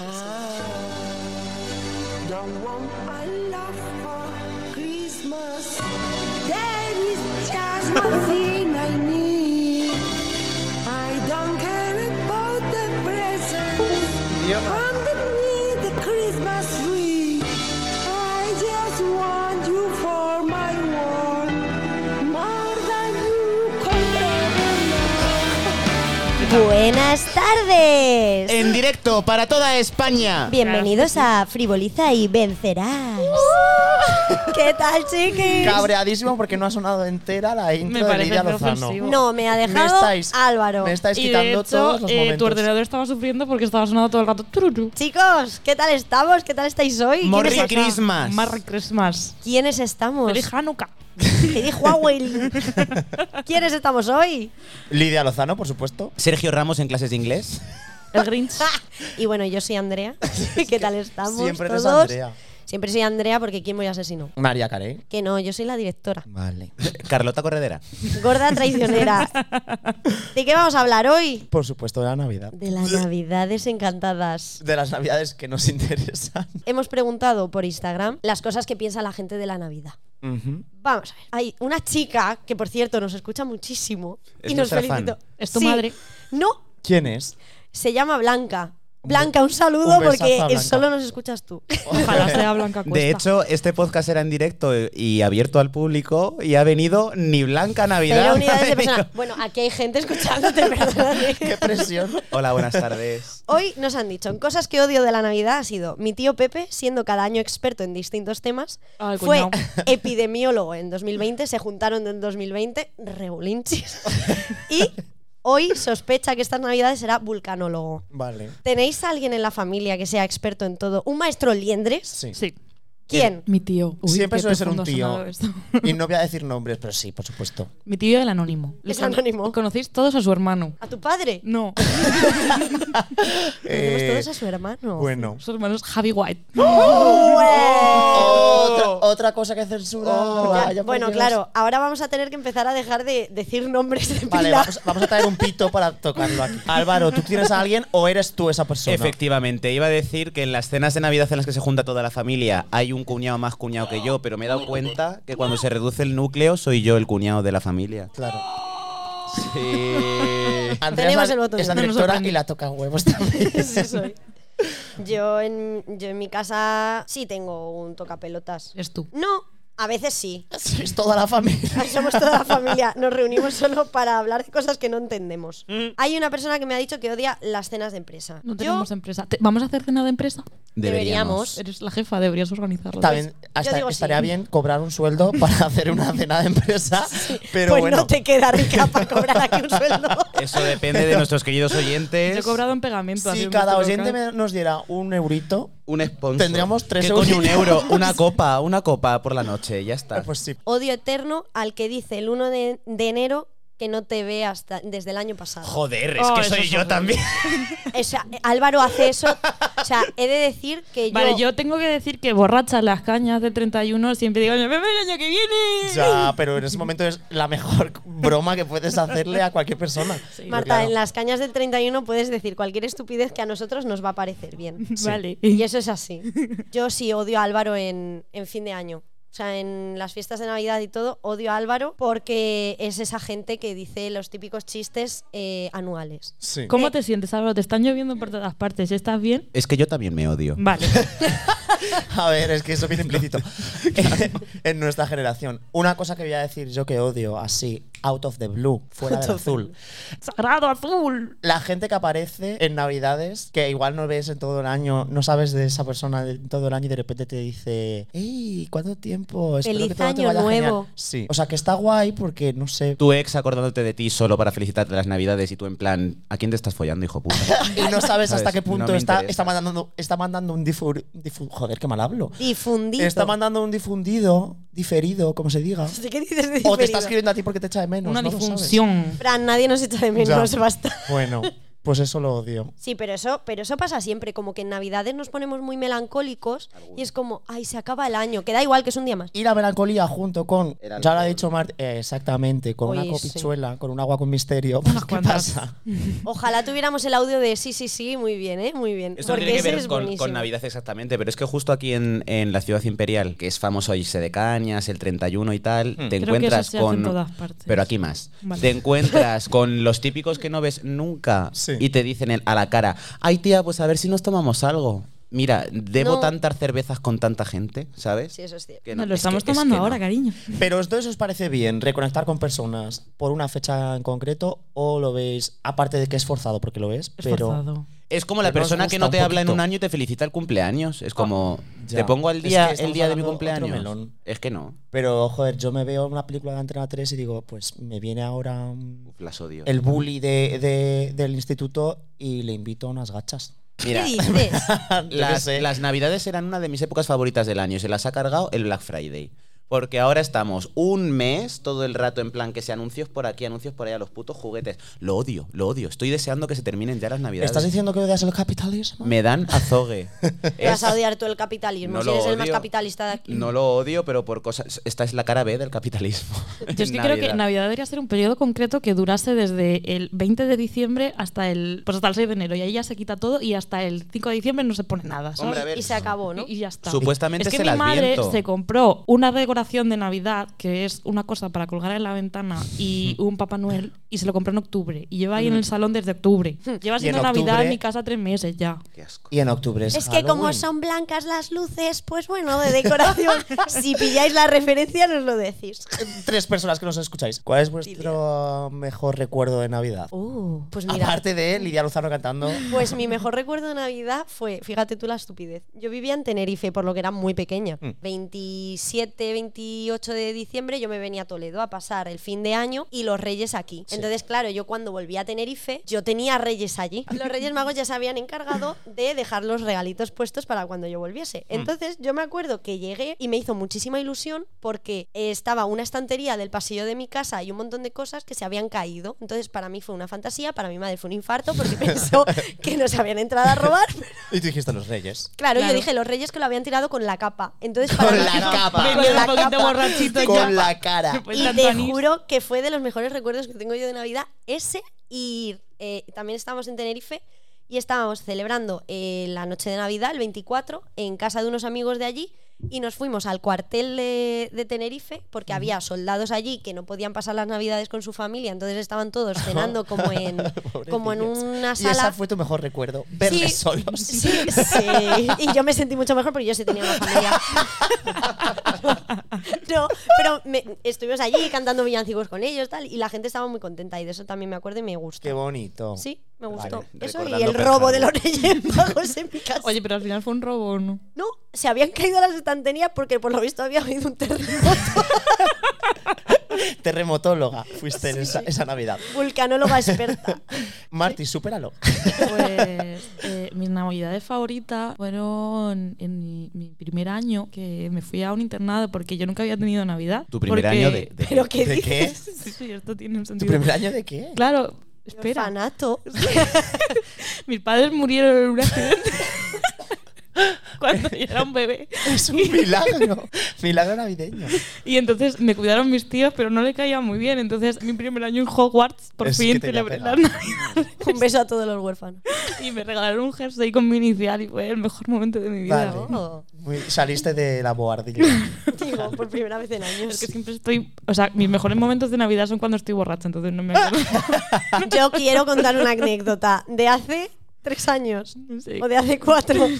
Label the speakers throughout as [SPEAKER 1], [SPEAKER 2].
[SPEAKER 1] I Ah. don't want my love for Christmas. There is just one thing I need. I don't care about the presents underneath the Christmas tree. I just want you for my world, more than you could ever know.
[SPEAKER 2] Buenas tardes.
[SPEAKER 3] En directo para toda España.
[SPEAKER 2] Bienvenidos a Frivoliza y Vencerás.
[SPEAKER 3] ¡Oh!
[SPEAKER 2] ¿Qué tal, chiquis?
[SPEAKER 3] Cabreadísimo porque no ha sonado entera la intro
[SPEAKER 4] Me
[SPEAKER 3] de
[SPEAKER 4] parece
[SPEAKER 3] Lidia
[SPEAKER 4] muy
[SPEAKER 3] Lozano.
[SPEAKER 4] ofensivo.
[SPEAKER 2] No, me ha
[SPEAKER 3] Me
[SPEAKER 2] dejado
[SPEAKER 3] estáis,
[SPEAKER 2] Álvaro.
[SPEAKER 3] Me estáis
[SPEAKER 4] Y de
[SPEAKER 3] quitando todos
[SPEAKER 4] hecho,
[SPEAKER 3] los
[SPEAKER 4] eh, tu
[SPEAKER 3] momentos.
[SPEAKER 4] ordenador estaba sufriendo porque estaba sonando todo el rato. tururú.
[SPEAKER 2] Chicos, ¿qué tal estamos? ¿Qué tal estáis hoy?
[SPEAKER 3] Morri
[SPEAKER 2] ¿Quiénes,
[SPEAKER 3] Christmas.
[SPEAKER 4] Merry Christmas.
[SPEAKER 2] ¿Quiénes estamos?
[SPEAKER 4] Feliz Hanukkah.
[SPEAKER 2] Que dijo Huawei. ¿Quiénes estamos hoy?
[SPEAKER 3] Lidia Lozano, por supuesto.
[SPEAKER 5] Sergio Ramos en clases de inglés.
[SPEAKER 4] El Grinch.
[SPEAKER 2] Y bueno, yo soy Andrea. ¿Qué tal estamos
[SPEAKER 3] siempre eres
[SPEAKER 2] todos?
[SPEAKER 3] Andrea.
[SPEAKER 2] Siempre soy Andrea porque ¿quién voy a asesinar?
[SPEAKER 3] María Carey.
[SPEAKER 2] Que no, yo soy la directora.
[SPEAKER 3] Vale.
[SPEAKER 5] Carlota Corredera.
[SPEAKER 2] Gorda traicionera. ¿De qué vamos a hablar hoy?
[SPEAKER 3] Por supuesto, de la Navidad.
[SPEAKER 2] De las navidades encantadas.
[SPEAKER 3] De las Navidades que nos interesan.
[SPEAKER 2] Hemos preguntado por Instagram las cosas que piensa la gente de la Navidad.
[SPEAKER 3] Ujú.
[SPEAKER 2] Vamos a ver. Hay una chica que, por cierto, nos escucha muchísimo
[SPEAKER 5] Es
[SPEAKER 2] y nos
[SPEAKER 5] nuestra fan.
[SPEAKER 2] felicitó.
[SPEAKER 4] Es tu madre.
[SPEAKER 2] No,
[SPEAKER 3] ¿Quién es?
[SPEAKER 2] se llama Blanca.
[SPEAKER 3] Un
[SPEAKER 2] Blanca, un saludo
[SPEAKER 3] un besazo a
[SPEAKER 2] porque
[SPEAKER 3] Blanca.
[SPEAKER 2] solo nos escuchas tú.
[SPEAKER 4] Ojalá sea Blanca Cuesta.
[SPEAKER 5] De hecho, este podcast era en directo y abierto al público y ha venido ni Blanca Navidad.
[SPEAKER 2] Pero unidades de
[SPEAKER 5] ha venido-
[SPEAKER 2] persona. Bueno, aquí hay gente escuchándote, perdóname.
[SPEAKER 3] Qué presión.
[SPEAKER 5] Hola, buenas tardes.
[SPEAKER 2] Hoy nos han dicho, en cosas que odio de la Navidad ha sido mi tío Pepe, siendo cada año experto en distintos temas,
[SPEAKER 4] Ay,
[SPEAKER 2] fue
[SPEAKER 4] cuñao.
[SPEAKER 2] epidemiólogo en 2020, se juntaron en 2020, reulinchis, y hoy sospecha que estas Navidades será vulcanólogo.
[SPEAKER 3] Vale.
[SPEAKER 2] ¿Tenéis a alguien en la familia que sea experto en todo? ¿Un maestro liendres?
[SPEAKER 3] Sí.
[SPEAKER 4] Sí.
[SPEAKER 2] ¿Quién?
[SPEAKER 4] Mi tío. Uy,
[SPEAKER 3] Siempre
[SPEAKER 4] qué
[SPEAKER 3] suele ser un
[SPEAKER 4] profundo ha sonado
[SPEAKER 3] tío.
[SPEAKER 4] esto.
[SPEAKER 3] Y no voy a decir nombres, pero sí, por supuesto.
[SPEAKER 4] Mi tío el anónimo. Le
[SPEAKER 2] Es
[SPEAKER 4] son-
[SPEAKER 2] anónimo.
[SPEAKER 4] Conocéis todos a su hermano.
[SPEAKER 2] ¿A tu padre?
[SPEAKER 4] No.
[SPEAKER 2] Tenemos
[SPEAKER 3] Eh,
[SPEAKER 2] todos a su hermano.
[SPEAKER 3] Bueno.
[SPEAKER 4] Su hermano es Javi White.
[SPEAKER 3] Otra,
[SPEAKER 4] Oh.
[SPEAKER 3] otra cosa que censura.
[SPEAKER 2] Ya,
[SPEAKER 3] Vaya, Ah, por
[SPEAKER 2] Oh. bueno,
[SPEAKER 3] Dios.
[SPEAKER 2] claro, ahora vamos a tener que empezar a dejar de decir nombres de
[SPEAKER 3] Vale,
[SPEAKER 2] pila.
[SPEAKER 3] vamos, vamos a traer un pito para tocarlo aquí. Álvaro, ¿tú tienes a alguien o eres tú esa persona?
[SPEAKER 5] Efectivamente, iba a decir que en las cenas de Navidad en las que se junta toda la familia hay un cuñado más cuñado que yo, pero me he dado cuenta que cuando se reduce el núcleo soy yo el cuñado de la familia.
[SPEAKER 3] Claro.
[SPEAKER 5] Sí.
[SPEAKER 3] Andrea
[SPEAKER 2] Tenemos
[SPEAKER 3] es la-
[SPEAKER 2] el botón.
[SPEAKER 3] Es la
[SPEAKER 4] No nos
[SPEAKER 3] directora
[SPEAKER 4] sorprende.
[SPEAKER 3] y la toca huevos también.
[SPEAKER 2] Sí, soy. Yo en, yo en mi casa sí tengo un tocapelotas.
[SPEAKER 4] Es tú.
[SPEAKER 2] No, a veces sí. Pues
[SPEAKER 3] Sois toda la familia.
[SPEAKER 2] Somos toda la familia. Nos reunimos solo para hablar de cosas que no entendemos. Hay una persona que me ha dicho que odia las cenas de empresa.
[SPEAKER 4] Mm. No
[SPEAKER 2] Yo-
[SPEAKER 4] tenemos em-, empresa. ¿Te- ¿Vamos a hacer cena de empresa?
[SPEAKER 2] Deberíamos.
[SPEAKER 4] Eres la jefa, deberías organizarlo.
[SPEAKER 3] También hasta-
[SPEAKER 2] digo sí.
[SPEAKER 3] estaría bien cobrar un sueldo para hacer una cena de empresa, pero
[SPEAKER 2] pues
[SPEAKER 3] bueno.
[SPEAKER 2] no te queda rica para cobrar aquí un sueldo.
[SPEAKER 5] Eso depende de nuestros queridos oyentes.
[SPEAKER 4] Yo he cobrado en pegamento.
[SPEAKER 3] si
[SPEAKER 4] haciendo
[SPEAKER 3] cada
[SPEAKER 4] este
[SPEAKER 3] oyente
[SPEAKER 4] local.
[SPEAKER 3] me- nos diera un eurito,
[SPEAKER 5] un sponsor.
[SPEAKER 3] Tendríamos tres
[SPEAKER 5] ¿Qué coño, un
[SPEAKER 3] euros.
[SPEAKER 5] euro, una copa, una copa por la noche, ya está.
[SPEAKER 3] pues sí.
[SPEAKER 2] Odio eterno al que dice el 1 de, de enero que no te ve hasta desde el año pasado.
[SPEAKER 5] Joder, es
[SPEAKER 4] Oh,
[SPEAKER 5] que
[SPEAKER 4] eso
[SPEAKER 5] soy
[SPEAKER 4] es
[SPEAKER 5] yo
[SPEAKER 4] horrible.
[SPEAKER 5] también.
[SPEAKER 2] O sea, Álvaro hace eso. O sea, he de decir que
[SPEAKER 4] Vale, yo tengo que decir que borracha las cañas de 31 siempre digo, ¡me veo el año que viene!
[SPEAKER 3] Ya, pero en ese momento es la mejor broma que puedes hacerle a cualquier persona. Pero
[SPEAKER 2] Marta,
[SPEAKER 3] claro,
[SPEAKER 2] en las cañas del 31 puedes decir cualquier estupidez que a nosotros nos va a parecer bien.
[SPEAKER 4] Vale.
[SPEAKER 2] Y eso es así. Yo sí odio a Álvaro en, en fin de año. O sea, en las fiestas de Navidad y todo, odio a Álvaro porque es esa gente que dice los típicos chistes eh, anuales.
[SPEAKER 3] sí.
[SPEAKER 5] Eh,
[SPEAKER 4] ¿Cómo te sientes, Álvaro? Te están lloviendo por todas partes. ¿Estás bien?
[SPEAKER 5] Es que yo también me odio.
[SPEAKER 4] Vale.
[SPEAKER 3] A ver, es que eso viene implícito. en nuestra generación. Una cosa que voy a decir yo que odio, así, out of the blue, fuera del azul.
[SPEAKER 4] Sagrado azul.
[SPEAKER 3] La gente que aparece en Navidades, que igual no ves en todo el año, no sabes de esa persona de- en todo el año y de repente te dice, ¡Ey, cuánto tiempo!
[SPEAKER 2] Feliz
[SPEAKER 3] que todo te
[SPEAKER 2] año
[SPEAKER 3] vaya genial".
[SPEAKER 2] nuevo.
[SPEAKER 3] Sí. O sea, que está guay porque, no sé,
[SPEAKER 5] Tu ex acordándote de ti solo para felicitarte las navidades y tú en plan, ¿a quién te estás follando, hijo puta?
[SPEAKER 3] y no sabes hasta
[SPEAKER 5] ¿Sabes?
[SPEAKER 3] qué punto
[SPEAKER 5] No me
[SPEAKER 3] está,
[SPEAKER 5] interesa.
[SPEAKER 3] está mandando, está mandando un difundido. joder, qué mal hablo.
[SPEAKER 2] Difundido.
[SPEAKER 3] Está mandando un difundido, diferido, como se diga.
[SPEAKER 2] ¿De ¿Qué dices de
[SPEAKER 3] O te
[SPEAKER 2] diferido?
[SPEAKER 5] Pues
[SPEAKER 3] está escribiendo a ti porque te echa de menos.
[SPEAKER 4] Una
[SPEAKER 3] no lo sabes.
[SPEAKER 4] disfunción.
[SPEAKER 2] Fran, nadie nos echa de menos,
[SPEAKER 3] Ya.
[SPEAKER 2] basta.
[SPEAKER 3] Bueno, Pues eso lo odio.
[SPEAKER 2] Sí, pero eso, pero eso pasa siempre, como que en Navidades nos ponemos muy melancólicos y es como, ay, se acaba el año, que da igual que es un día más.
[SPEAKER 3] Y la melancolía junto con.
[SPEAKER 5] El
[SPEAKER 3] ya lo ha
[SPEAKER 5] alcohol.
[SPEAKER 3] dicho Mart. eh, exactamente, con una
[SPEAKER 2] Oye, sí.
[SPEAKER 3] copichuela, con un agua con misterio. pues,
[SPEAKER 4] Unas
[SPEAKER 3] ¿Qué
[SPEAKER 4] cuantas.
[SPEAKER 3] pasa?
[SPEAKER 2] Ojalá tuviéramos el audio de sí, sí, sí, muy bien, ¿eh? Muy bien.
[SPEAKER 5] Esto no
[SPEAKER 2] Porque
[SPEAKER 5] tiene que
[SPEAKER 2] ese
[SPEAKER 5] ver
[SPEAKER 2] es
[SPEAKER 5] con,
[SPEAKER 2] buenísimo.
[SPEAKER 5] con Navidad exactamente, pero es que justo aquí en, en la ciudad imperial, que es famoso irse de cañas, el 31 y tal, te
[SPEAKER 4] Hmm. Creo que
[SPEAKER 5] encuentras
[SPEAKER 4] eso se hace
[SPEAKER 5] con...
[SPEAKER 4] en todas partes.
[SPEAKER 5] Pero aquí más.
[SPEAKER 4] Vale.
[SPEAKER 5] Te encuentras con los típicos que no ves nunca
[SPEAKER 3] Sí.
[SPEAKER 5] y te dicen el- a la cara, ay tía, pues a ver si nos tomamos algo. Mira, debo
[SPEAKER 2] No.
[SPEAKER 5] tantas cervezas con tanta gente, ¿sabes?
[SPEAKER 2] Sí, eso es cierto.
[SPEAKER 5] Que
[SPEAKER 4] Nos lo
[SPEAKER 5] es que-
[SPEAKER 4] estamos
[SPEAKER 5] es que
[SPEAKER 4] tomando
[SPEAKER 5] no.
[SPEAKER 4] ahora, cariño.
[SPEAKER 3] Pero entonces os parece bien reconectar con personas por una fecha en concreto o lo veis, aparte de que es forzado, porque lo es, pero
[SPEAKER 4] Esforzado.
[SPEAKER 5] Es como la
[SPEAKER 3] Pero nos
[SPEAKER 5] persona que
[SPEAKER 3] gusta
[SPEAKER 5] no
[SPEAKER 3] un
[SPEAKER 5] te habla en
[SPEAKER 3] poquito. Ah,
[SPEAKER 5] un año y te felicita el cumpleaños. Es como,
[SPEAKER 3] Ya.
[SPEAKER 5] te pongo al
[SPEAKER 3] Es que
[SPEAKER 5] día, el
[SPEAKER 3] estamos
[SPEAKER 5] día de mi
[SPEAKER 3] hablando otro
[SPEAKER 5] cumpleaños.
[SPEAKER 3] melón.
[SPEAKER 5] Es que no.
[SPEAKER 3] pero joder, yo me veo una película de Antena 3 y digo, pues me viene ahora mm,
[SPEAKER 5] Uf, las odio.
[SPEAKER 3] el bully de, de- del instituto y le invito a unas gachas.
[SPEAKER 5] Mira,
[SPEAKER 2] ¿Qué dices?
[SPEAKER 5] Las,
[SPEAKER 3] eh,
[SPEAKER 5] las navidades eran una de mis épocas favoritas del año y se las ha cargado el Black Friday. Porque ahora estamos un mes todo el rato en plan que se anuncios por aquí, anuncios por allá, los putos juguetes. Lo odio, lo odio. Estoy deseando que se terminen ya las navidades.
[SPEAKER 3] ¿Estás diciendo que odias el capitalismo?
[SPEAKER 5] Me dan azogue. Es-
[SPEAKER 2] Vas a odiar tú el capitalismo,
[SPEAKER 5] No
[SPEAKER 2] si
[SPEAKER 5] lo
[SPEAKER 2] eres el más
[SPEAKER 5] odio.
[SPEAKER 2] capitalista de aquí.
[SPEAKER 5] no lo odio, pero por cosas... Esta es la cara B del capitalismo.
[SPEAKER 4] Yo es que creo que Navidad debería ser un periodo concreto que durase desde el 20 de diciembre hasta el, pues hasta el 6 de enero. Y ahí ya se quita todo y hasta el 5 de diciembre no se pone nada. ¿sabes?
[SPEAKER 5] Hombre, a ver.
[SPEAKER 2] Y se acabó, ¿no?
[SPEAKER 4] Y, y ya está.
[SPEAKER 5] Supuestamente
[SPEAKER 4] es que
[SPEAKER 5] es el
[SPEAKER 4] mi madre
[SPEAKER 5] Adviento.
[SPEAKER 4] se compró una decoración de Navidad, que es una cosa para colgar en la ventana, y un Papá Noel, y se lo compró en octubre. Y lleva ahí
[SPEAKER 5] Mm.
[SPEAKER 4] en el salón desde octubre. Lleva
[SPEAKER 3] en
[SPEAKER 4] siendo Navidad
[SPEAKER 3] octubre-
[SPEAKER 4] en mi casa tres meses ya.
[SPEAKER 5] Qué asco.
[SPEAKER 3] Y en octubre es,
[SPEAKER 2] Es que como
[SPEAKER 3] Halloween.
[SPEAKER 2] son blancas las luces, pues bueno, de decoración, si pilláis la referencia nos lo decís.
[SPEAKER 3] Eh, Tres personas que nos escucháis. ¿Cuál es vuestro mejor recuerdo de Navidad?
[SPEAKER 2] Pues mira,
[SPEAKER 3] Aparte de Lidia Luzano cantando.
[SPEAKER 2] pues mi mejor recuerdo de Navidad fue, fíjate tú la estupidez. Yo vivía en Tenerife, por lo que era muy pequeña.
[SPEAKER 5] Mm.
[SPEAKER 2] 27, 28 de diciembre yo me venía a Toledo a pasar el fin de año y los Reyes aquí. Entonces, claro, yo cuando volví a Tenerife, yo tenía Reyes allí. Los Reyes Magos ya se habían encargado de dejar los regalitos puestos para cuando yo volviese.
[SPEAKER 3] Mm.
[SPEAKER 2] Entonces, yo me acuerdo que llegué y me hizo muchísima ilusión porque eh, estaba una estantería del pasillo de mi casa y un montón de cosas que se habían caído. Entonces, para mí fue una fantasía, para mi madre fue un infarto porque pensó que nos habían entrado a robar. pero-
[SPEAKER 3] Y tú dijiste los reyes.
[SPEAKER 2] Claro, yo
[SPEAKER 4] Claro.
[SPEAKER 2] dije los reyes que lo habían tirado con la capa. Entonces, para
[SPEAKER 3] Con
[SPEAKER 2] mí-
[SPEAKER 3] la capa.
[SPEAKER 2] Con
[SPEAKER 4] Venía
[SPEAKER 2] la
[SPEAKER 4] un poquito
[SPEAKER 2] capa.
[SPEAKER 4] borrachito ya.
[SPEAKER 3] Con la cara.
[SPEAKER 4] Pues
[SPEAKER 2] Y
[SPEAKER 4] tanto
[SPEAKER 2] te
[SPEAKER 4] anís.
[SPEAKER 2] juro que fue de los mejores recuerdos que tengo yo de Navidad ese y eh, también estábamos en Tenerife y estábamos celebrando eh, la noche de Navidad, el 24, en casa de unos amigos de allí y nos fuimos al cuartel de, de Tenerife porque había soldados allí que no podían pasar las Navidades con su familia, entonces estaban todos cenando como en, como en
[SPEAKER 3] Pobrecillos.
[SPEAKER 2] una
[SPEAKER 3] Y esa
[SPEAKER 2] sala.
[SPEAKER 3] fue tu mejor recuerdo, verles solos.
[SPEAKER 2] Sí, sí. Y yo me sentí mucho mejor porque yo sí tenía una familia. No, pero me- estuvimos allí cantando villancicos con ellos tal, y la gente estaba muy contenta y de eso también me acuerdo y me
[SPEAKER 3] Qué
[SPEAKER 2] gustó.
[SPEAKER 3] bonito.
[SPEAKER 2] Sí, me gustó.
[SPEAKER 5] Vale,
[SPEAKER 2] eso y
[SPEAKER 5] recordando
[SPEAKER 2] el
[SPEAKER 5] Pearl
[SPEAKER 2] robo de los
[SPEAKER 5] Harbor.
[SPEAKER 2] Reyes Magos en mi casa.
[SPEAKER 4] Oye, pero al final fue un robo, ¿o ¿no?
[SPEAKER 2] No, se habían caído las estanterías porque por lo visto había habido un terremoto.
[SPEAKER 3] Terremotóloga fuiste en esa, esa Navidad.
[SPEAKER 2] Vulcanóloga experta.
[SPEAKER 3] Marty, supéralo.
[SPEAKER 4] Pues eh, mis navidades favoritas fueron en mi, mi primer año que me fui a un internado porque yo nunca había tenido Navidad.
[SPEAKER 5] Tu primer
[SPEAKER 4] porque-
[SPEAKER 5] año de... de-
[SPEAKER 2] Pero qué
[SPEAKER 3] ¿De
[SPEAKER 2] dices.
[SPEAKER 3] qué?
[SPEAKER 4] Sí, sí, esto tiene un
[SPEAKER 3] ¿Tu
[SPEAKER 4] sentido.
[SPEAKER 3] primer año de qué?
[SPEAKER 4] Claro,
[SPEAKER 2] Espera.
[SPEAKER 4] espera. Mis padres murieron en un accidente cuando yo era un bebé.
[SPEAKER 3] Es un milagro. milagro navideño.
[SPEAKER 4] Y entonces me cuidaron mis tíos, pero no le caía muy bien. Entonces mi primer año en Hogwarts, por
[SPEAKER 3] Es que
[SPEAKER 4] fin
[SPEAKER 3] tenía
[SPEAKER 4] celebré
[SPEAKER 3] pena.
[SPEAKER 4] las Navidades.
[SPEAKER 2] Un beso a todos los huérfanos.
[SPEAKER 4] Y me regalaron un jersey con mi inicial y fue el mejor momento de mi vida.
[SPEAKER 3] Vale.
[SPEAKER 2] Oh.
[SPEAKER 3] Muy- saliste de la boardilla.
[SPEAKER 2] Digo, por primera vez en años.
[SPEAKER 4] Es que siempre estoy. O sea, mis mejores momentos de Navidad son cuando estoy borracha, entonces no me acuerdo.
[SPEAKER 2] Yo quiero contar una anécdota de hace tres años
[SPEAKER 4] No sé.
[SPEAKER 2] o de hace cuatro.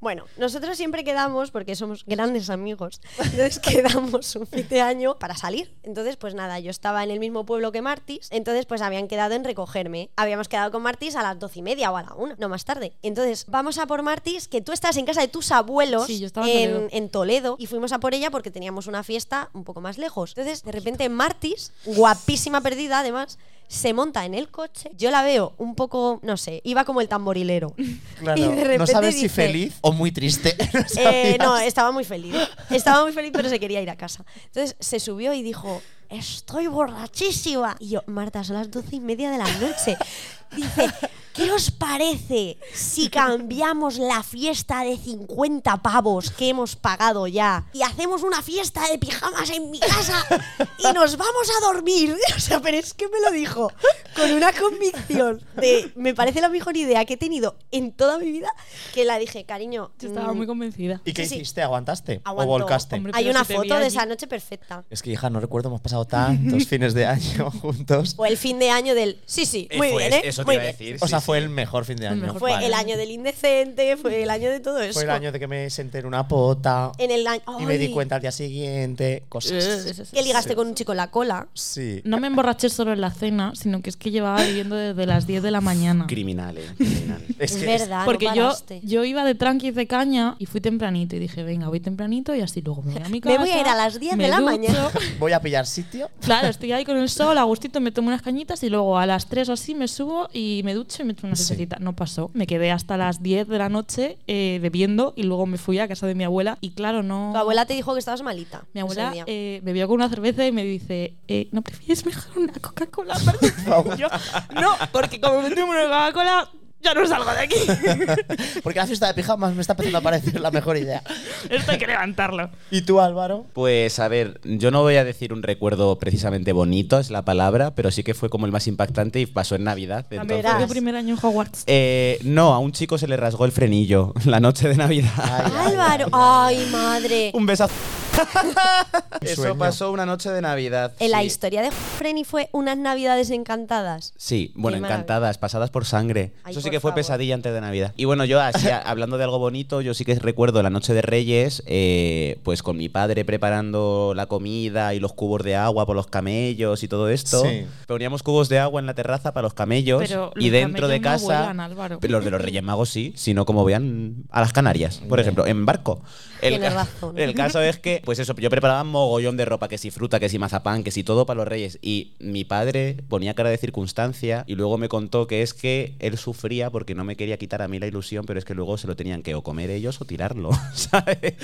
[SPEAKER 2] Bueno, nosotros siempre quedamos, porque somos grandes amigos, entonces quedamos un fin de año para salir. Entonces, pues nada, yo estaba en el mismo pueblo que Martis, entonces pues habían quedado en recogerme. Habíamos quedado con Martis a las doce y media o a la una, no más tarde. Entonces, vamos a por Martis, que tú estás en casa de tus abuelos
[SPEAKER 4] Sí, yo estaba en
[SPEAKER 2] en,
[SPEAKER 4] Toledo.
[SPEAKER 2] en Toledo y fuimos a por ella porque teníamos una fiesta un poco más lejos. Entonces, de repente, Martis, guapísima perdida además, se monta en el coche. Yo la veo un poco, no sé, iba como el tamborilero.
[SPEAKER 3] Claro,
[SPEAKER 2] Y de
[SPEAKER 3] no
[SPEAKER 2] repente
[SPEAKER 3] sabes si
[SPEAKER 2] dice,
[SPEAKER 3] feliz o muy triste. No
[SPEAKER 2] eh,
[SPEAKER 3] sabías.
[SPEAKER 2] no, estaba muy feliz. Estaba muy feliz, pero se quería ir a casa. Entonces se subió y dijo, estoy borrachísima. Y yo, Marta, son las doce y media de la noche. Dice, ¿Qué os parece si cambiamos la fiesta de 50 pavos que hemos pagado ya y hacemos una fiesta de pijamas en mi casa y nos vamos a dormir? O sea, pero es que me lo dijo con una convicción de me parece la mejor idea que he tenido en toda mi vida que la dije, cariño,
[SPEAKER 4] Yo estaba
[SPEAKER 2] mm,
[SPEAKER 4] muy convencida.
[SPEAKER 3] ¿Y qué
[SPEAKER 2] Sí, sí.
[SPEAKER 3] hiciste? ¿Aguantaste?
[SPEAKER 2] aguantó.
[SPEAKER 3] ¿O volcaste?
[SPEAKER 4] Hombre,
[SPEAKER 2] Hay
[SPEAKER 4] pero
[SPEAKER 2] una
[SPEAKER 4] si te vi
[SPEAKER 2] foto de
[SPEAKER 4] allí-
[SPEAKER 2] esa noche perfecta.
[SPEAKER 3] Es que, hija, no recuerdo, hemos pasado tantos fines de año juntos.
[SPEAKER 2] O el fin de año del. Sí, sí,
[SPEAKER 5] Eh,
[SPEAKER 2] muy
[SPEAKER 5] fue-
[SPEAKER 2] bien, ¿eh?
[SPEAKER 5] Eso te
[SPEAKER 2] Muy
[SPEAKER 5] iba a
[SPEAKER 2] bien.
[SPEAKER 5] decir.
[SPEAKER 3] O
[SPEAKER 5] sí,
[SPEAKER 3] sea,
[SPEAKER 5] sí.
[SPEAKER 3] fue el mejor fin de año.
[SPEAKER 4] mejor
[SPEAKER 2] Fue
[SPEAKER 4] Vale.
[SPEAKER 2] el año del indecente, fue el año de todo eso.
[SPEAKER 3] Fue el año de que me senté en una pota
[SPEAKER 2] En el año.
[SPEAKER 3] y me di
[SPEAKER 2] ¡Ay!
[SPEAKER 3] cuenta al día siguiente. Cosas.
[SPEAKER 4] Eh, es- es-
[SPEAKER 2] Que ligaste
[SPEAKER 3] Sí.
[SPEAKER 2] con un chico en la cola.
[SPEAKER 3] Sí.
[SPEAKER 4] No me emborraché solo en la cena, sino que es que llevaba viviendo desde las 10 de la mañana.
[SPEAKER 5] Criminal, eh. criminal.
[SPEAKER 2] Es, verdad, Ah, no
[SPEAKER 4] Porque yo,
[SPEAKER 2] paraste.
[SPEAKER 4] yo iba de tranquis de caña y fui tempranito y dije, venga, voy tempranito y así luego me voy a mi casa.
[SPEAKER 2] Me voy a ir a las 10 de
[SPEAKER 4] me
[SPEAKER 2] la
[SPEAKER 4] ducho".
[SPEAKER 2] mañana.
[SPEAKER 3] Voy a pillar sitio.
[SPEAKER 4] Claro, estoy ahí con el sol, a gustito, me tomo unas cañitas y luego a las 3 o así me subo y me ducho y me echo una
[SPEAKER 3] Sí.
[SPEAKER 4] sesecita. No pasó. Me quedé hasta las 10 de la noche eh, bebiendo y luego me fui a casa de mi abuela y claro, no...
[SPEAKER 2] Tu abuela te dijo que estabas malita. ese
[SPEAKER 4] Mi abuela
[SPEAKER 2] día.
[SPEAKER 4] eh, bebió con una cerveza y me dice, eh, ¿no prefieres mejor una Coca-Cola? aparte?" Y yo, no, porque como me tomo una Coca-Cola, ya no salgo de aquí.
[SPEAKER 3] Porque la fiesta de pijamas me está empezando a parecer la mejor idea.
[SPEAKER 4] Esto hay que levantarlo.
[SPEAKER 3] ¿Y tú, Álvaro?
[SPEAKER 5] Pues a ver, yo no voy a decir un recuerdo precisamente bonito, es la palabra, pero sí que fue como el más impactante y pasó en Navidad. entonces-
[SPEAKER 2] verás.
[SPEAKER 4] Fue mi primer año en Hogwarts.
[SPEAKER 5] Eh, no, a un chico se le rasgó el frenillo la noche de Navidad.
[SPEAKER 2] Álvaro. Ay, madre.
[SPEAKER 5] un besazo. Eso
[SPEAKER 3] Sueño.
[SPEAKER 5] pasó una noche de Navidad.
[SPEAKER 2] En la
[SPEAKER 5] sí.
[SPEAKER 2] historia de Frenny fue unas navidades encantadas.
[SPEAKER 5] Sí, bueno,
[SPEAKER 2] maravilla.
[SPEAKER 5] encantadas, pasadas por sangre.
[SPEAKER 2] Ay,
[SPEAKER 5] Eso sí
[SPEAKER 2] por
[SPEAKER 5] que fue
[SPEAKER 2] favor.
[SPEAKER 5] pesadilla antes de Navidad. Y bueno, yo así, a- hablando de algo bonito, yo sí que recuerdo la noche de Reyes, eh, pues con mi padre preparando la comida y los cubos de agua por los camellos y todo esto.
[SPEAKER 3] Sí.
[SPEAKER 5] Poníamos cubos de agua en la terraza para los camellos
[SPEAKER 4] Pero los
[SPEAKER 5] y dentro de
[SPEAKER 4] camellos no
[SPEAKER 5] casa...
[SPEAKER 4] vuelan, Álvaro.
[SPEAKER 5] Pero Los de los Reyes Magos sí, sino como vean a las Canarias, por ejemplo, en barco.
[SPEAKER 2] Tienes
[SPEAKER 5] ca-
[SPEAKER 2] razón.
[SPEAKER 5] el caso es que, pues eso, yo preparaba mogollón de ropa, que si fruta, que si mazapán, que si todo para los reyes. Y mi padre ponía cara de circunstancia y luego me contó que es que él sufría porque no me quería quitar a mí la ilusión, pero es que luego se lo tenían que o comer ellos o tirarlo, ¿sabes?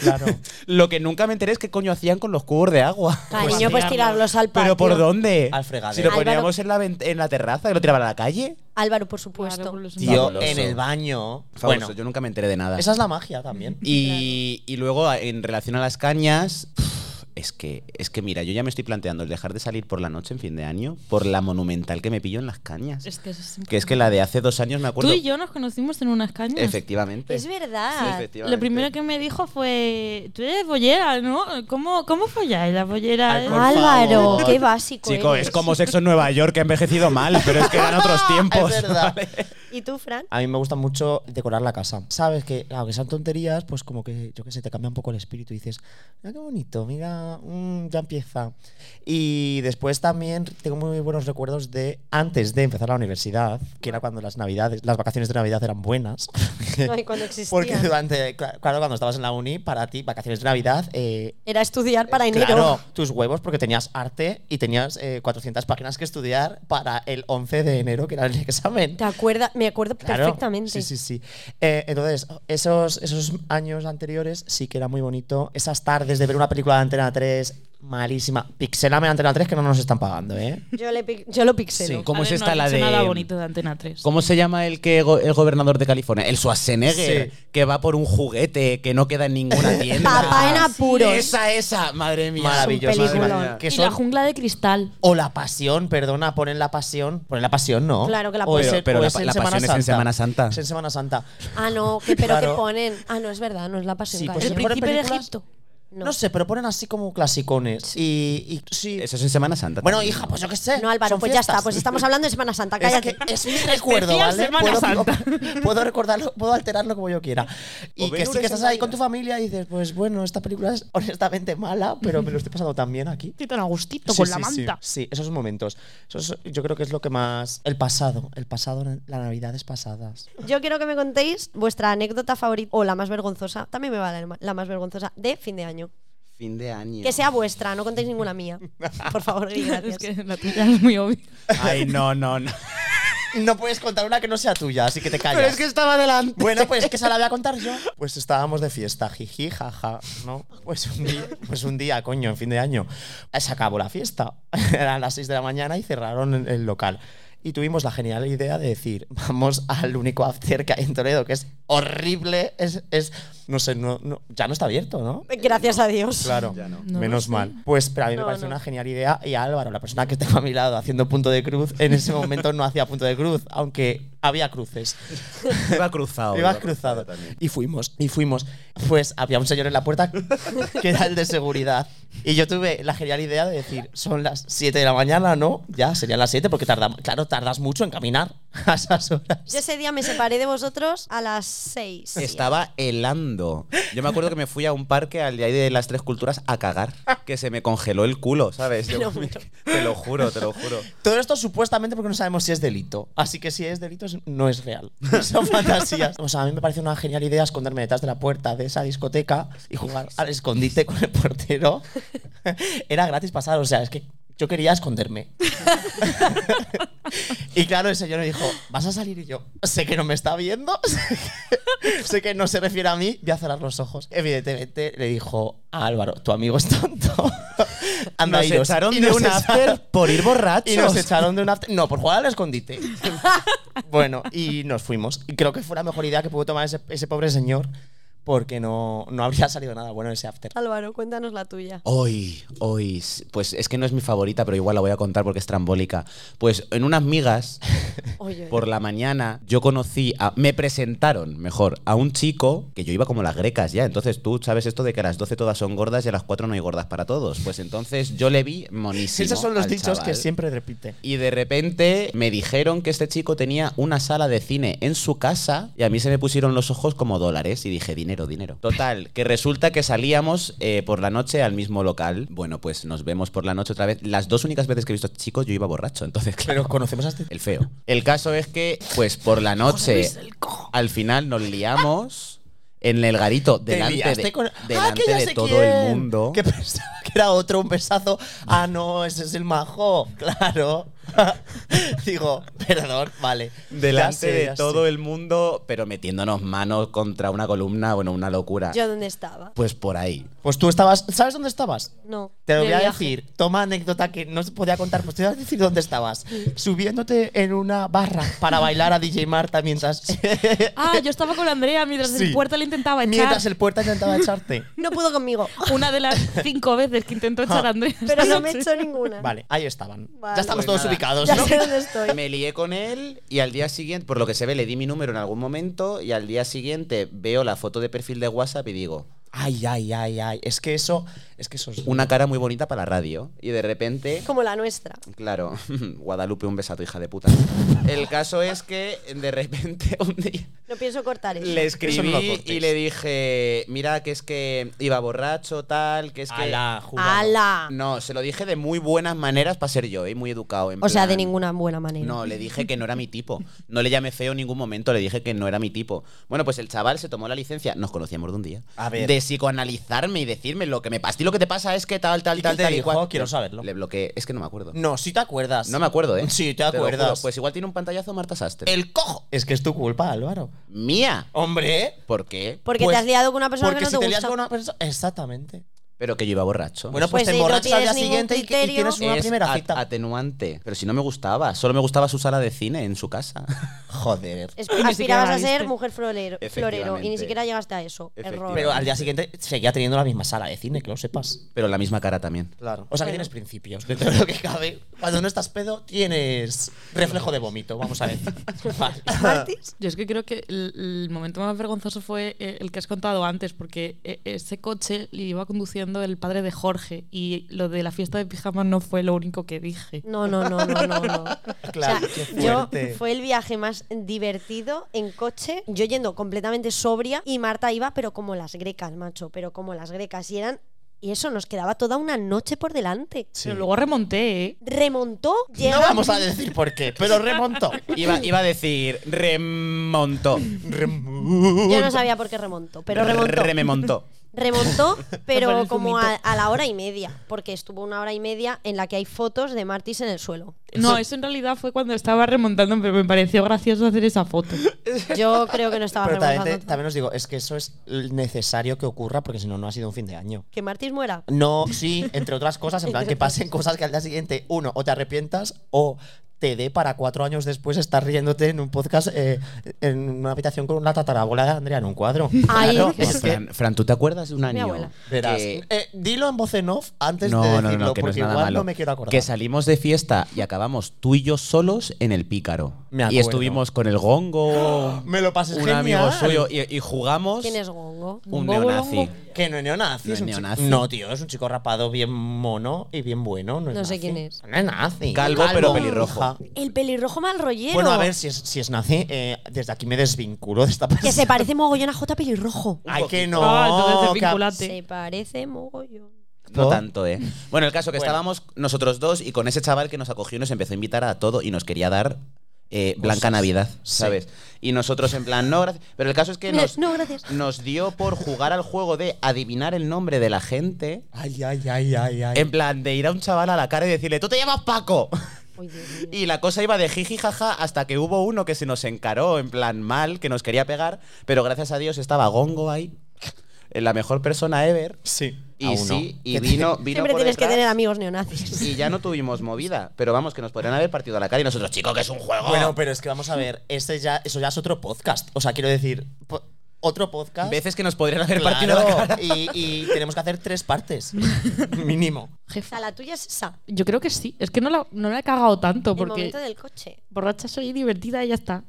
[SPEAKER 3] Claro.
[SPEAKER 5] Lo que nunca me enteré es qué coño hacían con los cubos de agua.
[SPEAKER 2] Cariño, pues
[SPEAKER 4] tirarlos.
[SPEAKER 2] tirarlos al patio.
[SPEAKER 5] ¿Pero por dónde?
[SPEAKER 3] Al fregadero.
[SPEAKER 5] Si lo
[SPEAKER 2] Álvaro-
[SPEAKER 5] poníamos en la, vent- en la terraza y lo tiraban a la calle.
[SPEAKER 2] Álvaro, por
[SPEAKER 4] Claro,
[SPEAKER 2] supuesto.
[SPEAKER 4] con los-
[SPEAKER 3] Tío,
[SPEAKER 5] Fabuloso.
[SPEAKER 3] en el baño.
[SPEAKER 5] Fabuloso,
[SPEAKER 3] bueno,
[SPEAKER 5] yo nunca me enteré de nada.
[SPEAKER 3] esa es la magia también.
[SPEAKER 5] Y, y luego, a- en relación a las cañas, pf, es que, es que mira, yo ya me estoy planteando el dejar de salir por la noche en fin de año por la monumental que me pillo en las cañas.
[SPEAKER 4] Es que, eso Este es
[SPEAKER 5] que es que la de hace dos años me acuerdo.
[SPEAKER 4] Tú y yo nos conocimos en unas cañas.
[SPEAKER 5] Efectivamente.
[SPEAKER 2] Es
[SPEAKER 5] Sí,
[SPEAKER 2] verdad.
[SPEAKER 5] efectivamente.
[SPEAKER 4] Lo primero que me dijo fue, tú eres bollera, ¿no? ¿Cómo, cómo folláis la bollera?
[SPEAKER 5] Ay,
[SPEAKER 4] eh?"
[SPEAKER 5] por favor.
[SPEAKER 2] Álvaro, qué básico.
[SPEAKER 5] Chico,
[SPEAKER 2] eres.
[SPEAKER 5] es como sexo en Nueva York que ha envejecido mal, pero es que eran otros tiempos.
[SPEAKER 3] Ah, Es verdad.
[SPEAKER 5] ¿vale?
[SPEAKER 2] ¿Y tú, Fran?
[SPEAKER 3] A mí me gusta mucho decorar la casa. Sabes que, aunque sean tonterías, pues como que, yo qué sé, te cambia un poco el espíritu y dices, mira qué bonito, mira, mm, ya empieza. Y después también tengo muy buenos recuerdos de antes de empezar la universidad, que era cuando las navidades, las vacaciones de Navidad eran buenas.
[SPEAKER 2] Ay, cuando existía.
[SPEAKER 3] Porque durante, cla- claro, cuando estabas en la uni, para ti, vacaciones de Navidad, eh,
[SPEAKER 2] Era estudiar para enero.
[SPEAKER 3] Claro, tus huevos porque tenías arte y tenías eh, 400 páginas que estudiar para el 11 de enero, que era el examen.
[SPEAKER 2] ¿Te acuerdas? Me acuerdo
[SPEAKER 3] Claro,
[SPEAKER 2] perfectamente.
[SPEAKER 3] Sí, sí, sí. Eh, entonces, esos, esos años anteriores sí que era muy bonito. Esas tardes de ver una película de Antena 3, malísima. Pixelame Antena 3 que no nos están pagando, ¿eh?
[SPEAKER 2] Yo, le pic- yo lo pixelo.
[SPEAKER 5] Sí, ¿Cómo
[SPEAKER 4] A
[SPEAKER 5] es
[SPEAKER 4] ver, no
[SPEAKER 5] esta
[SPEAKER 4] has
[SPEAKER 5] la
[SPEAKER 4] dicho
[SPEAKER 5] de.?
[SPEAKER 4] nada bonito de Antena 3.
[SPEAKER 5] ¿Cómo se llama el que go- el gobernador de California? El Schwarzenegger,
[SPEAKER 3] Sí.
[SPEAKER 5] que va por un juguete que no queda en ninguna tienda.
[SPEAKER 2] Papá en apuros.
[SPEAKER 5] Esa, esa, madre mía.
[SPEAKER 3] Maravillosa.
[SPEAKER 2] un peliculón.
[SPEAKER 3] madre mía. Que
[SPEAKER 4] Y
[SPEAKER 3] son-
[SPEAKER 4] la jungla de cristal.
[SPEAKER 3] o la pasión, perdona, ponen la pasión. Ponen la pasión, ¿no?
[SPEAKER 2] Claro que la
[SPEAKER 3] O es
[SPEAKER 5] ponen.
[SPEAKER 3] en-
[SPEAKER 5] Pero
[SPEAKER 3] o
[SPEAKER 5] la
[SPEAKER 3] es
[SPEAKER 5] pa-
[SPEAKER 3] en
[SPEAKER 5] la
[SPEAKER 3] Semana
[SPEAKER 5] pasión es en Semana Santa.
[SPEAKER 3] Es en Semana Santa.
[SPEAKER 2] Ah, no, que, pero
[SPEAKER 3] Claro.
[SPEAKER 2] que ponen. Ah, no, es verdad, no es la pasión.
[SPEAKER 3] Sí, pues
[SPEAKER 2] cariño.
[SPEAKER 3] es por-
[SPEAKER 4] Príncipe de
[SPEAKER 3] películas?
[SPEAKER 4] Egipto.
[SPEAKER 2] No.
[SPEAKER 3] No. sé, pero ponen así como clasicones. Y, y sí.
[SPEAKER 5] Eso es en Semana Santa.
[SPEAKER 3] Bueno,
[SPEAKER 5] también.
[SPEAKER 3] hija, pues yo qué sé.
[SPEAKER 2] No, Álvaro,
[SPEAKER 3] son
[SPEAKER 2] pues ya
[SPEAKER 3] fiestas.
[SPEAKER 2] está. Pues estamos hablando de Semana Santa.
[SPEAKER 3] Es
[SPEAKER 2] Cállate.
[SPEAKER 3] que es mi recuerdo,
[SPEAKER 4] Especial
[SPEAKER 3] ¿vale?
[SPEAKER 4] Semana
[SPEAKER 3] Puedo,
[SPEAKER 4] Santa.
[SPEAKER 3] puedo recordarlo, puedo alterarlo como yo quiera. Y
[SPEAKER 5] O
[SPEAKER 3] que
[SPEAKER 5] ven
[SPEAKER 3] sí
[SPEAKER 5] una
[SPEAKER 3] que estás ahí
[SPEAKER 5] semana.
[SPEAKER 3] con tu familia y dices, pues bueno, esta película es honestamente mala, pero me lo estoy pasando tan bien aquí.
[SPEAKER 4] Qué tan a gustito
[SPEAKER 3] Sí,
[SPEAKER 4] con
[SPEAKER 3] sí,
[SPEAKER 4] la
[SPEAKER 3] sí.
[SPEAKER 4] manta.
[SPEAKER 3] Sí, esos momentos. Eso es- yo creo que es lo que más. El pasado. El pasado, las navidades pasadas.
[SPEAKER 2] Yo quiero que me contéis vuestra anécdota favorita o la más vergonzosa. También me vale la- la más vergonzosa de fin de año.
[SPEAKER 5] Fin de año.
[SPEAKER 2] Que sea vuestra, no contéis ninguna mía. Por favor, y gracias.
[SPEAKER 4] Es que la tuya es muy obvia.
[SPEAKER 5] Ay, no, no, no.
[SPEAKER 3] No puedes contar una que no sea tuya, así que te callas.
[SPEAKER 5] estaba delante.
[SPEAKER 3] Bueno, pues es que se la voy a contar yo. Pues estábamos de fiesta, jiji, jaja, ¿no? Pues un día, pues un día coño, en fin de año. Se acabó la fiesta. Eran las 6 de la mañana y cerraron el- el local. Y tuvimos la genial idea de decir, vamos al único after que hay en Toledo, que es horrible, es, es no sé, no, no- ya no está abierto, ¿no?
[SPEAKER 2] Gracias a Dios.
[SPEAKER 3] Claro,
[SPEAKER 5] Ya no.
[SPEAKER 4] No
[SPEAKER 3] menos
[SPEAKER 4] lo sé.
[SPEAKER 3] mal. Pues pero a mí me
[SPEAKER 2] No,
[SPEAKER 3] pareció
[SPEAKER 2] no.
[SPEAKER 3] una genial idea y Álvaro, la persona que estaba a mi lado haciendo punto de cruz, en ese momento no hacía punto de cruz, aunque había cruces.
[SPEAKER 5] Iba cruzado.
[SPEAKER 3] Ibas cruzado.
[SPEAKER 5] también.
[SPEAKER 3] Y fuimos, y fuimos. Pues había un señor en la puerta que era el de seguridad. Y yo tuve la genial idea de decir, son las 7 de la mañana, ¿no? Ya, serían las 7 porque tardamos, claro, tardas mucho en caminar a esas horas.
[SPEAKER 2] Yo ese día me separé de vosotros a las 6.
[SPEAKER 5] Estaba helando. Yo me acuerdo que me fui a un parque al día de las tres culturas a cagar, que se me congeló el culo, ¿sabes? Yo
[SPEAKER 2] No,
[SPEAKER 5] me-
[SPEAKER 2] no.
[SPEAKER 5] te lo juro, te lo juro.
[SPEAKER 3] Todo esto supuestamente porque no sabemos si es delito. Así que si es delito, es- no es real. Son fantasías. O sea, a mí me parece una genial idea esconderme detrás de la puerta de esa discoteca y jugar al escondite con el portero. Era gratis pasar. O sea, es que yo quería esconderme. Y claro, el señor me dijo, vas a salir y yo, sé que no me está viendo, sé que no se refiere a mí, voy a cerrar los ojos. Evidentemente le dijo, "Ah, Álvaro, tu amigo es tonto. Anda,
[SPEAKER 5] nos
[SPEAKER 3] iros".
[SPEAKER 5] echaron
[SPEAKER 3] Y
[SPEAKER 5] de
[SPEAKER 3] nos
[SPEAKER 5] un
[SPEAKER 3] echaron-
[SPEAKER 5] after por ir borrachos.
[SPEAKER 3] y nos echaron de un after. No, por jugar al escondite. bueno, y nos fuimos. Y creo que fue la mejor idea que pudo tomar ese, ese pobre señor porque no, no habría salido nada bueno en ese after.
[SPEAKER 2] Álvaro, cuéntanos la tuya.
[SPEAKER 5] Hoy, hoy, s- pues es que no es mi favorita, pero igual la voy a contar porque es trambólica. Pues en unas migas,
[SPEAKER 2] Oye,
[SPEAKER 5] por la mañana, yo conocí a. Me presentaron, mejor, a un chico que yo iba como las grecas ya. Entonces tú sabes esto de que a las 12 todas son gordas y a las 4 no hay gordas para todos. Pues entonces yo le vi monísimo.
[SPEAKER 3] Esos son los
[SPEAKER 5] al
[SPEAKER 3] dichos que
[SPEAKER 5] chaval.
[SPEAKER 3] siempre repite.
[SPEAKER 5] Y de repente me dijeron que este chico tenía una sala de cine en su casa y a mí se me pusieron los ojos como dólares y dije, dinero, dinero. Total, que resulta que salíamos eh, por la noche al mismo local. Bueno, pues nos vemos por la noche otra vez. Las dos únicas veces que he visto a este chico yo iba borracho, entonces claro.
[SPEAKER 3] Pero conocemos a este.
[SPEAKER 5] El feo. El caso es que, pues por la noche, al final nos liamos en el garito
[SPEAKER 3] Te
[SPEAKER 5] delante
[SPEAKER 3] liaste
[SPEAKER 5] de,
[SPEAKER 3] con- ¡Ah,
[SPEAKER 5] delante
[SPEAKER 3] que ya
[SPEAKER 5] de
[SPEAKER 3] sé
[SPEAKER 5] todo el
[SPEAKER 3] quién!
[SPEAKER 5] mundo.
[SPEAKER 3] Que pensaba que era otro, un besazo. Ah, no, ese es el majo. Claro. Digo, perdón, vale.
[SPEAKER 5] Delante
[SPEAKER 3] Ya sé,
[SPEAKER 5] de
[SPEAKER 3] ya
[SPEAKER 5] todo
[SPEAKER 3] sé.
[SPEAKER 5] el mundo, pero metiéndonos manos contra una columna, bueno, una locura.
[SPEAKER 2] ¿yo dónde estaba?
[SPEAKER 5] Pues por ahí.
[SPEAKER 3] Pues tú estabas. ¿Sabes dónde estabas?
[SPEAKER 2] No.
[SPEAKER 3] Te lo
[SPEAKER 2] de
[SPEAKER 3] voy a
[SPEAKER 2] viaje.
[SPEAKER 3] decir. Toma anécdota que no se podía contar. Pues te voy a decir dónde estabas. Subiéndote en una barra para bailar a DJ Marta mientras.
[SPEAKER 4] Ah, yo estaba con Andrea mientras
[SPEAKER 3] Sí.
[SPEAKER 4] el puerta le intentaba echar.
[SPEAKER 3] mientras el puerta intentaba echarte.
[SPEAKER 2] No pudo conmigo.
[SPEAKER 4] Una de las cinco veces que intentó echar a Andrea.
[SPEAKER 2] Pero no me he hecho ninguna.
[SPEAKER 3] Vale, ahí estaban.
[SPEAKER 2] Vale.
[SPEAKER 3] Ya estamos
[SPEAKER 5] Pues
[SPEAKER 3] todos
[SPEAKER 5] nada.
[SPEAKER 3] ubicados,
[SPEAKER 2] Ya
[SPEAKER 3] ¿no?
[SPEAKER 2] sé dónde estoy.
[SPEAKER 5] Me lié con él y al día siguiente, por lo que se ve, le di mi número en algún momento y al día siguiente veo la foto de perfil de WhatsApp y digo,
[SPEAKER 3] Ay, ay, ay, ay. Es que eso. Es que eso es.
[SPEAKER 5] una cara muy bonita para la radio. Y de repente...
[SPEAKER 2] Como la nuestra.
[SPEAKER 5] Claro, Guadalupe, un besazo, hija de puta. El caso es que de repente un día...
[SPEAKER 2] No pienso cortar eso.
[SPEAKER 5] Le
[SPEAKER 3] Eso no lo
[SPEAKER 5] escribí
[SPEAKER 3] cortes.
[SPEAKER 5] y le dije, mira, que es que iba borracho, tal, que es que...
[SPEAKER 3] Ala, jurado.
[SPEAKER 2] ¡Hala!
[SPEAKER 5] No, se lo dije de muy buenas maneras para ser yo, y muy educado. en
[SPEAKER 2] O sea, de
[SPEAKER 5] plan-
[SPEAKER 2] ninguna buena manera.
[SPEAKER 5] No, le dije que no era mi tipo. No le llamé feo en ningún momento, le dije que no era mi tipo. Bueno, pues el chaval se tomó la licencia, nos conocíamos de un día,
[SPEAKER 3] A ver.
[SPEAKER 5] de psicoanalizarme y decirme lo que me pasa. Y lo que te pasa es que tal,
[SPEAKER 3] ¿Y
[SPEAKER 5] tal,
[SPEAKER 3] qué
[SPEAKER 5] tal,
[SPEAKER 3] te
[SPEAKER 5] tal y
[SPEAKER 3] dijo?
[SPEAKER 5] cual.
[SPEAKER 3] Quiero saberlo.
[SPEAKER 5] Le bloqueé, es que no me acuerdo.
[SPEAKER 3] No, si te acuerdas.
[SPEAKER 5] No me acuerdo, ¿eh?
[SPEAKER 3] Sí, te
[SPEAKER 5] lo
[SPEAKER 3] acuerdas.
[SPEAKER 5] juro. Pues igual tiene un pantallazo Marta Sastre.
[SPEAKER 3] El cojo. Es que es tu culpa, Álvaro.
[SPEAKER 5] ¡Mía!
[SPEAKER 3] Hombre.
[SPEAKER 5] ¿Por qué?
[SPEAKER 2] Porque
[SPEAKER 3] Pues,
[SPEAKER 2] te has liado con una persona
[SPEAKER 3] Porque
[SPEAKER 2] que no
[SPEAKER 3] si
[SPEAKER 2] te,
[SPEAKER 3] te
[SPEAKER 2] gusta.
[SPEAKER 3] lias con una persona. Exactamente.
[SPEAKER 5] Pero que yo iba borracho.
[SPEAKER 3] Bueno,
[SPEAKER 2] Pues
[SPEAKER 3] pues, te
[SPEAKER 2] si no
[SPEAKER 3] emborrachas al
[SPEAKER 2] tienes
[SPEAKER 3] día
[SPEAKER 2] ningún
[SPEAKER 3] siguiente y- y,
[SPEAKER 2] criterio-
[SPEAKER 3] tienes una
[SPEAKER 5] Es
[SPEAKER 3] primera
[SPEAKER 5] at-
[SPEAKER 3] cita.
[SPEAKER 5] atenuante. Pero si no me gustaba, solo me gustaba su sala de cine en su casa.
[SPEAKER 3] Joder.
[SPEAKER 2] Es-
[SPEAKER 4] ni siquiera
[SPEAKER 2] Aspirabas
[SPEAKER 4] la
[SPEAKER 2] a ser
[SPEAKER 4] viste.
[SPEAKER 2] mujer florero, florero y ni
[SPEAKER 5] Efectivamente.
[SPEAKER 2] siquiera llegaste a eso. Error.
[SPEAKER 5] Efectivamente.
[SPEAKER 3] Pero al día siguiente seguía teniendo la misma sala de cine, que lo sepas.
[SPEAKER 5] Pero la misma cara también.
[SPEAKER 3] Claro. O sea que
[SPEAKER 2] Bueno.
[SPEAKER 3] tienes principios dentro de lo que cabe. Cuando no estás pedo, tienes reflejo de vómito, vamos a ver. Vale.
[SPEAKER 4] Yo es que creo que el, el momento más vergonzoso fue eh, el que has contado antes, porque eh, ese coche le iba conduciendo el padre de Jorge y lo de la fiesta de pijamas no fue lo único que dije.
[SPEAKER 2] No, no, no, no, no. no.
[SPEAKER 3] Claro,
[SPEAKER 2] o
[SPEAKER 3] qué
[SPEAKER 2] sea, yo
[SPEAKER 3] fuerte.
[SPEAKER 2] fue el viaje más divertido en coche, yo yendo completamente sobria y Marta iba, pero como las grecas, macho, pero como las grecas. Y eran. Y eso nos quedaba toda una noche por delante.
[SPEAKER 3] Sí.
[SPEAKER 4] Pero luego remonté, ¿eh?
[SPEAKER 2] Remontó,
[SPEAKER 3] No
[SPEAKER 2] llegamos.
[SPEAKER 3] vamos a decir por qué, pero remontó.
[SPEAKER 5] Iba, iba a decir, remontó.
[SPEAKER 2] Yo no sabía por qué remontó, pero remontó.
[SPEAKER 5] Rememontó.
[SPEAKER 2] Remontó, pero
[SPEAKER 4] Por el
[SPEAKER 2] como a,
[SPEAKER 4] zumito.
[SPEAKER 2] a la hora y media, porque estuvo una hora y media en la que hay fotos de Martis en el suelo.
[SPEAKER 4] No, eso en realidad fue cuando estaba remontando, pero me pareció gracioso hacer esa foto.
[SPEAKER 2] Yo creo que no estaba
[SPEAKER 3] Pero también, te-
[SPEAKER 2] remontando.
[SPEAKER 3] también os digo, es que eso es necesario que ocurra porque si no, no ha sido un fin de año.
[SPEAKER 2] Que Martis muera.
[SPEAKER 3] No, sí, entre otras cosas, en plan que pasen cosas que al día siguiente, uno, o te arrepientas o te dé para cuatro años después estar riéndote en un podcast eh, en una habitación con una tatarabuela de Andrea en un cuadro.
[SPEAKER 2] Ay,
[SPEAKER 3] Claro,
[SPEAKER 2] eso
[SPEAKER 3] es que,
[SPEAKER 5] Fran, Fran, ¿tú te acuerdas de un año?
[SPEAKER 2] abuela.
[SPEAKER 3] verás.
[SPEAKER 5] que-
[SPEAKER 3] Eh, dilo en voz en off antes
[SPEAKER 5] no,
[SPEAKER 3] de
[SPEAKER 5] no,
[SPEAKER 3] decirlo,
[SPEAKER 5] no, no, que no es
[SPEAKER 3] porque
[SPEAKER 5] nada
[SPEAKER 3] igual
[SPEAKER 5] malo.
[SPEAKER 3] no me quiero acordar.
[SPEAKER 5] Que salimos de fiesta y acabamos tú y yo solos en el pícaro.
[SPEAKER 3] Me
[SPEAKER 5] y
[SPEAKER 3] acuerdo.
[SPEAKER 5] estuvimos con el gongo,
[SPEAKER 3] Me lo pasé
[SPEAKER 5] un
[SPEAKER 3] genial.
[SPEAKER 5] amigo suyo, y, y jugamos
[SPEAKER 2] ¿Quién es Gongo?
[SPEAKER 5] un
[SPEAKER 4] Gongo,
[SPEAKER 5] neonazi.
[SPEAKER 4] gongo.
[SPEAKER 3] Que no es neonazi.
[SPEAKER 5] No es
[SPEAKER 3] es un chico-
[SPEAKER 5] neonazi.
[SPEAKER 3] no, tío, es un chico rapado bien mono y bien bueno. No, es
[SPEAKER 2] No sé
[SPEAKER 3] nazi.
[SPEAKER 2] quién es.
[SPEAKER 3] No es nazi.
[SPEAKER 5] Calvo, pero pelirrojo.
[SPEAKER 3] hija.
[SPEAKER 2] El pelirrojo mal rollero.
[SPEAKER 3] Bueno, a ver, si es, si es nazi, eh, desde aquí me desvinculo de esta persona.
[SPEAKER 2] Que se parece mogollón a J. Pelirrojo.
[SPEAKER 3] Ay, que no.
[SPEAKER 4] Ah, entonces
[SPEAKER 3] que-
[SPEAKER 4] desvinculate.
[SPEAKER 2] Se parece mogollón.
[SPEAKER 5] No
[SPEAKER 3] ¿Por?
[SPEAKER 5] tanto, ¿eh? Bueno, el caso que
[SPEAKER 3] Bueno.
[SPEAKER 5] estábamos nosotros dos y con ese chaval que nos acogió y nos empezó a invitar a todo y nos quería dar eh, Blanca Navidad, ¿sabes? Y nosotros en plan, no, gracias. Pero el caso es que
[SPEAKER 2] Mira,
[SPEAKER 5] nos,
[SPEAKER 2] no, gracias.
[SPEAKER 5] nos dio por jugar al juego de adivinar el nombre de la gente.
[SPEAKER 3] Ay, ay, ay, ay, ay.
[SPEAKER 5] En plan, de ir a un chaval a la cara y decirle, tú te llamas Paco.
[SPEAKER 2] Ay, Dios mío.
[SPEAKER 5] Y la cosa iba de jiji jaja hasta que hubo uno que se nos encaró en plan mal, que nos quería pegar, pero gracias a Dios estaba Gongo ahí, eh, la mejor persona ever.
[SPEAKER 3] Sí.
[SPEAKER 5] Y
[SPEAKER 3] aún no.
[SPEAKER 5] sí, y
[SPEAKER 3] Que te-
[SPEAKER 5] vino, vino
[SPEAKER 2] Siempre
[SPEAKER 5] por
[SPEAKER 2] tienes que
[SPEAKER 5] detrás
[SPEAKER 2] tener amigos neonazis.
[SPEAKER 5] y ya no tuvimos movida. Pero vamos, que nos podrían haber partido a la cara y nosotros, chico, que es un juego.
[SPEAKER 3] Bueno, pero es que vamos a ver, este ya, eso ya es otro podcast. O sea, quiero decir, po- otro podcast.
[SPEAKER 5] Veces que nos podrían haber partido
[SPEAKER 3] Claro,
[SPEAKER 5] a la cara.
[SPEAKER 3] y, y tenemos que hacer tres partes. Mínimo.
[SPEAKER 2] O sea, la tuya es esa.
[SPEAKER 4] Yo creo que sí. Es que no la, no la he cagado tanto
[SPEAKER 2] El
[SPEAKER 4] porque
[SPEAKER 2] momento del coche.
[SPEAKER 4] borracha soy divertida y ya está.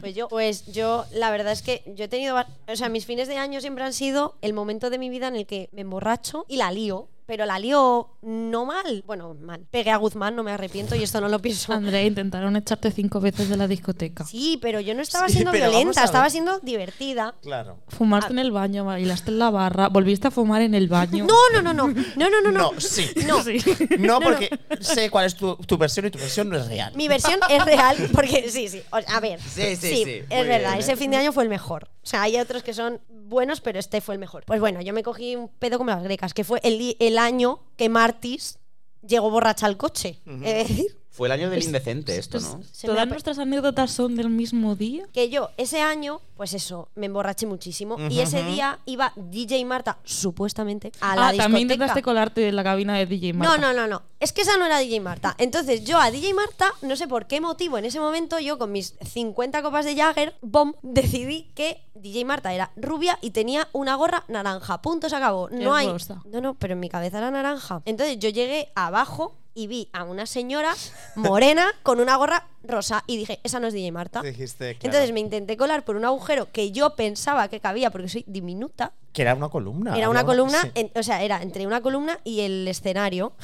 [SPEAKER 2] Pues yo, pues yo, la verdad es que yo he tenido, va- o sea, mis fines de año siempre han sido el momento de mi vida en el que me emborracho y la lío. Pero la lío no mal. Bueno, mal. Pegué a Guzmán, no me arrepiento y esto no lo pienso.
[SPEAKER 4] Andrea, intentaron echarte cinco veces de la discoteca.
[SPEAKER 2] Sí, pero yo no estaba
[SPEAKER 3] Sí,
[SPEAKER 2] siendo
[SPEAKER 3] pero vamos a
[SPEAKER 2] violenta,
[SPEAKER 3] ver.
[SPEAKER 2] estaba siendo divertida.
[SPEAKER 3] Claro.
[SPEAKER 4] Fumaste en el baño, bailaste en la barra, volviste a fumar en el baño.
[SPEAKER 2] No, no, no, no. No, no, no, no.
[SPEAKER 3] No, sí.
[SPEAKER 2] No.
[SPEAKER 4] Sí.
[SPEAKER 3] No, porque sé cuál es tu, tu versión y tu versión no es real.
[SPEAKER 2] Mi versión es real porque sí, sí. O- a ver.
[SPEAKER 5] Sí, sí, sí. Muy
[SPEAKER 2] Es
[SPEAKER 5] bien,
[SPEAKER 2] verdad,
[SPEAKER 5] ¿eh?
[SPEAKER 2] ese fin de año fue el mejor. O sea, hay otros que son buenos, pero este fue el mejor. Pues bueno, yo me cogí un pedo como las grecas, que fue el, di- el año que Martis llegó borracha al coche. Es decir,
[SPEAKER 5] Fue el año del indecente esto, ¿no?
[SPEAKER 2] se me
[SPEAKER 4] Todas
[SPEAKER 2] ha-
[SPEAKER 4] nuestras anécdotas son del mismo día.
[SPEAKER 2] que yo ese año, pues eso, me emborraché muchísimo. Y ese día iba DJ Marta, supuestamente, a la
[SPEAKER 4] ah,
[SPEAKER 2] discoteca.
[SPEAKER 4] también intentaste colarte en la cabina de DJ Marta.
[SPEAKER 2] No, no, no, no. Es que esa no era DJ Marta. Entonces yo a DJ Marta, no sé por qué motivo, en ese momento yo con mis 50 copas de Jagger, bomb, decidí que DJ Marta era rubia y tenía una gorra naranja. Punto, se acabó. No
[SPEAKER 4] Es
[SPEAKER 2] hay.
[SPEAKER 4] rosa.
[SPEAKER 2] No, no, pero en mi cabeza era naranja. Entonces yo llegué abajo y vi a una señora morena con una gorra rosa y dije, esa no es DJ Marta.
[SPEAKER 3] Dijiste, claro.
[SPEAKER 2] Entonces me intenté colar por un agujero que yo pensaba que cabía porque soy diminuta.
[SPEAKER 3] Que era una columna.
[SPEAKER 2] Era
[SPEAKER 3] había
[SPEAKER 2] una columna,
[SPEAKER 3] sí.
[SPEAKER 2] en- o sea, era entre una columna y el escenario.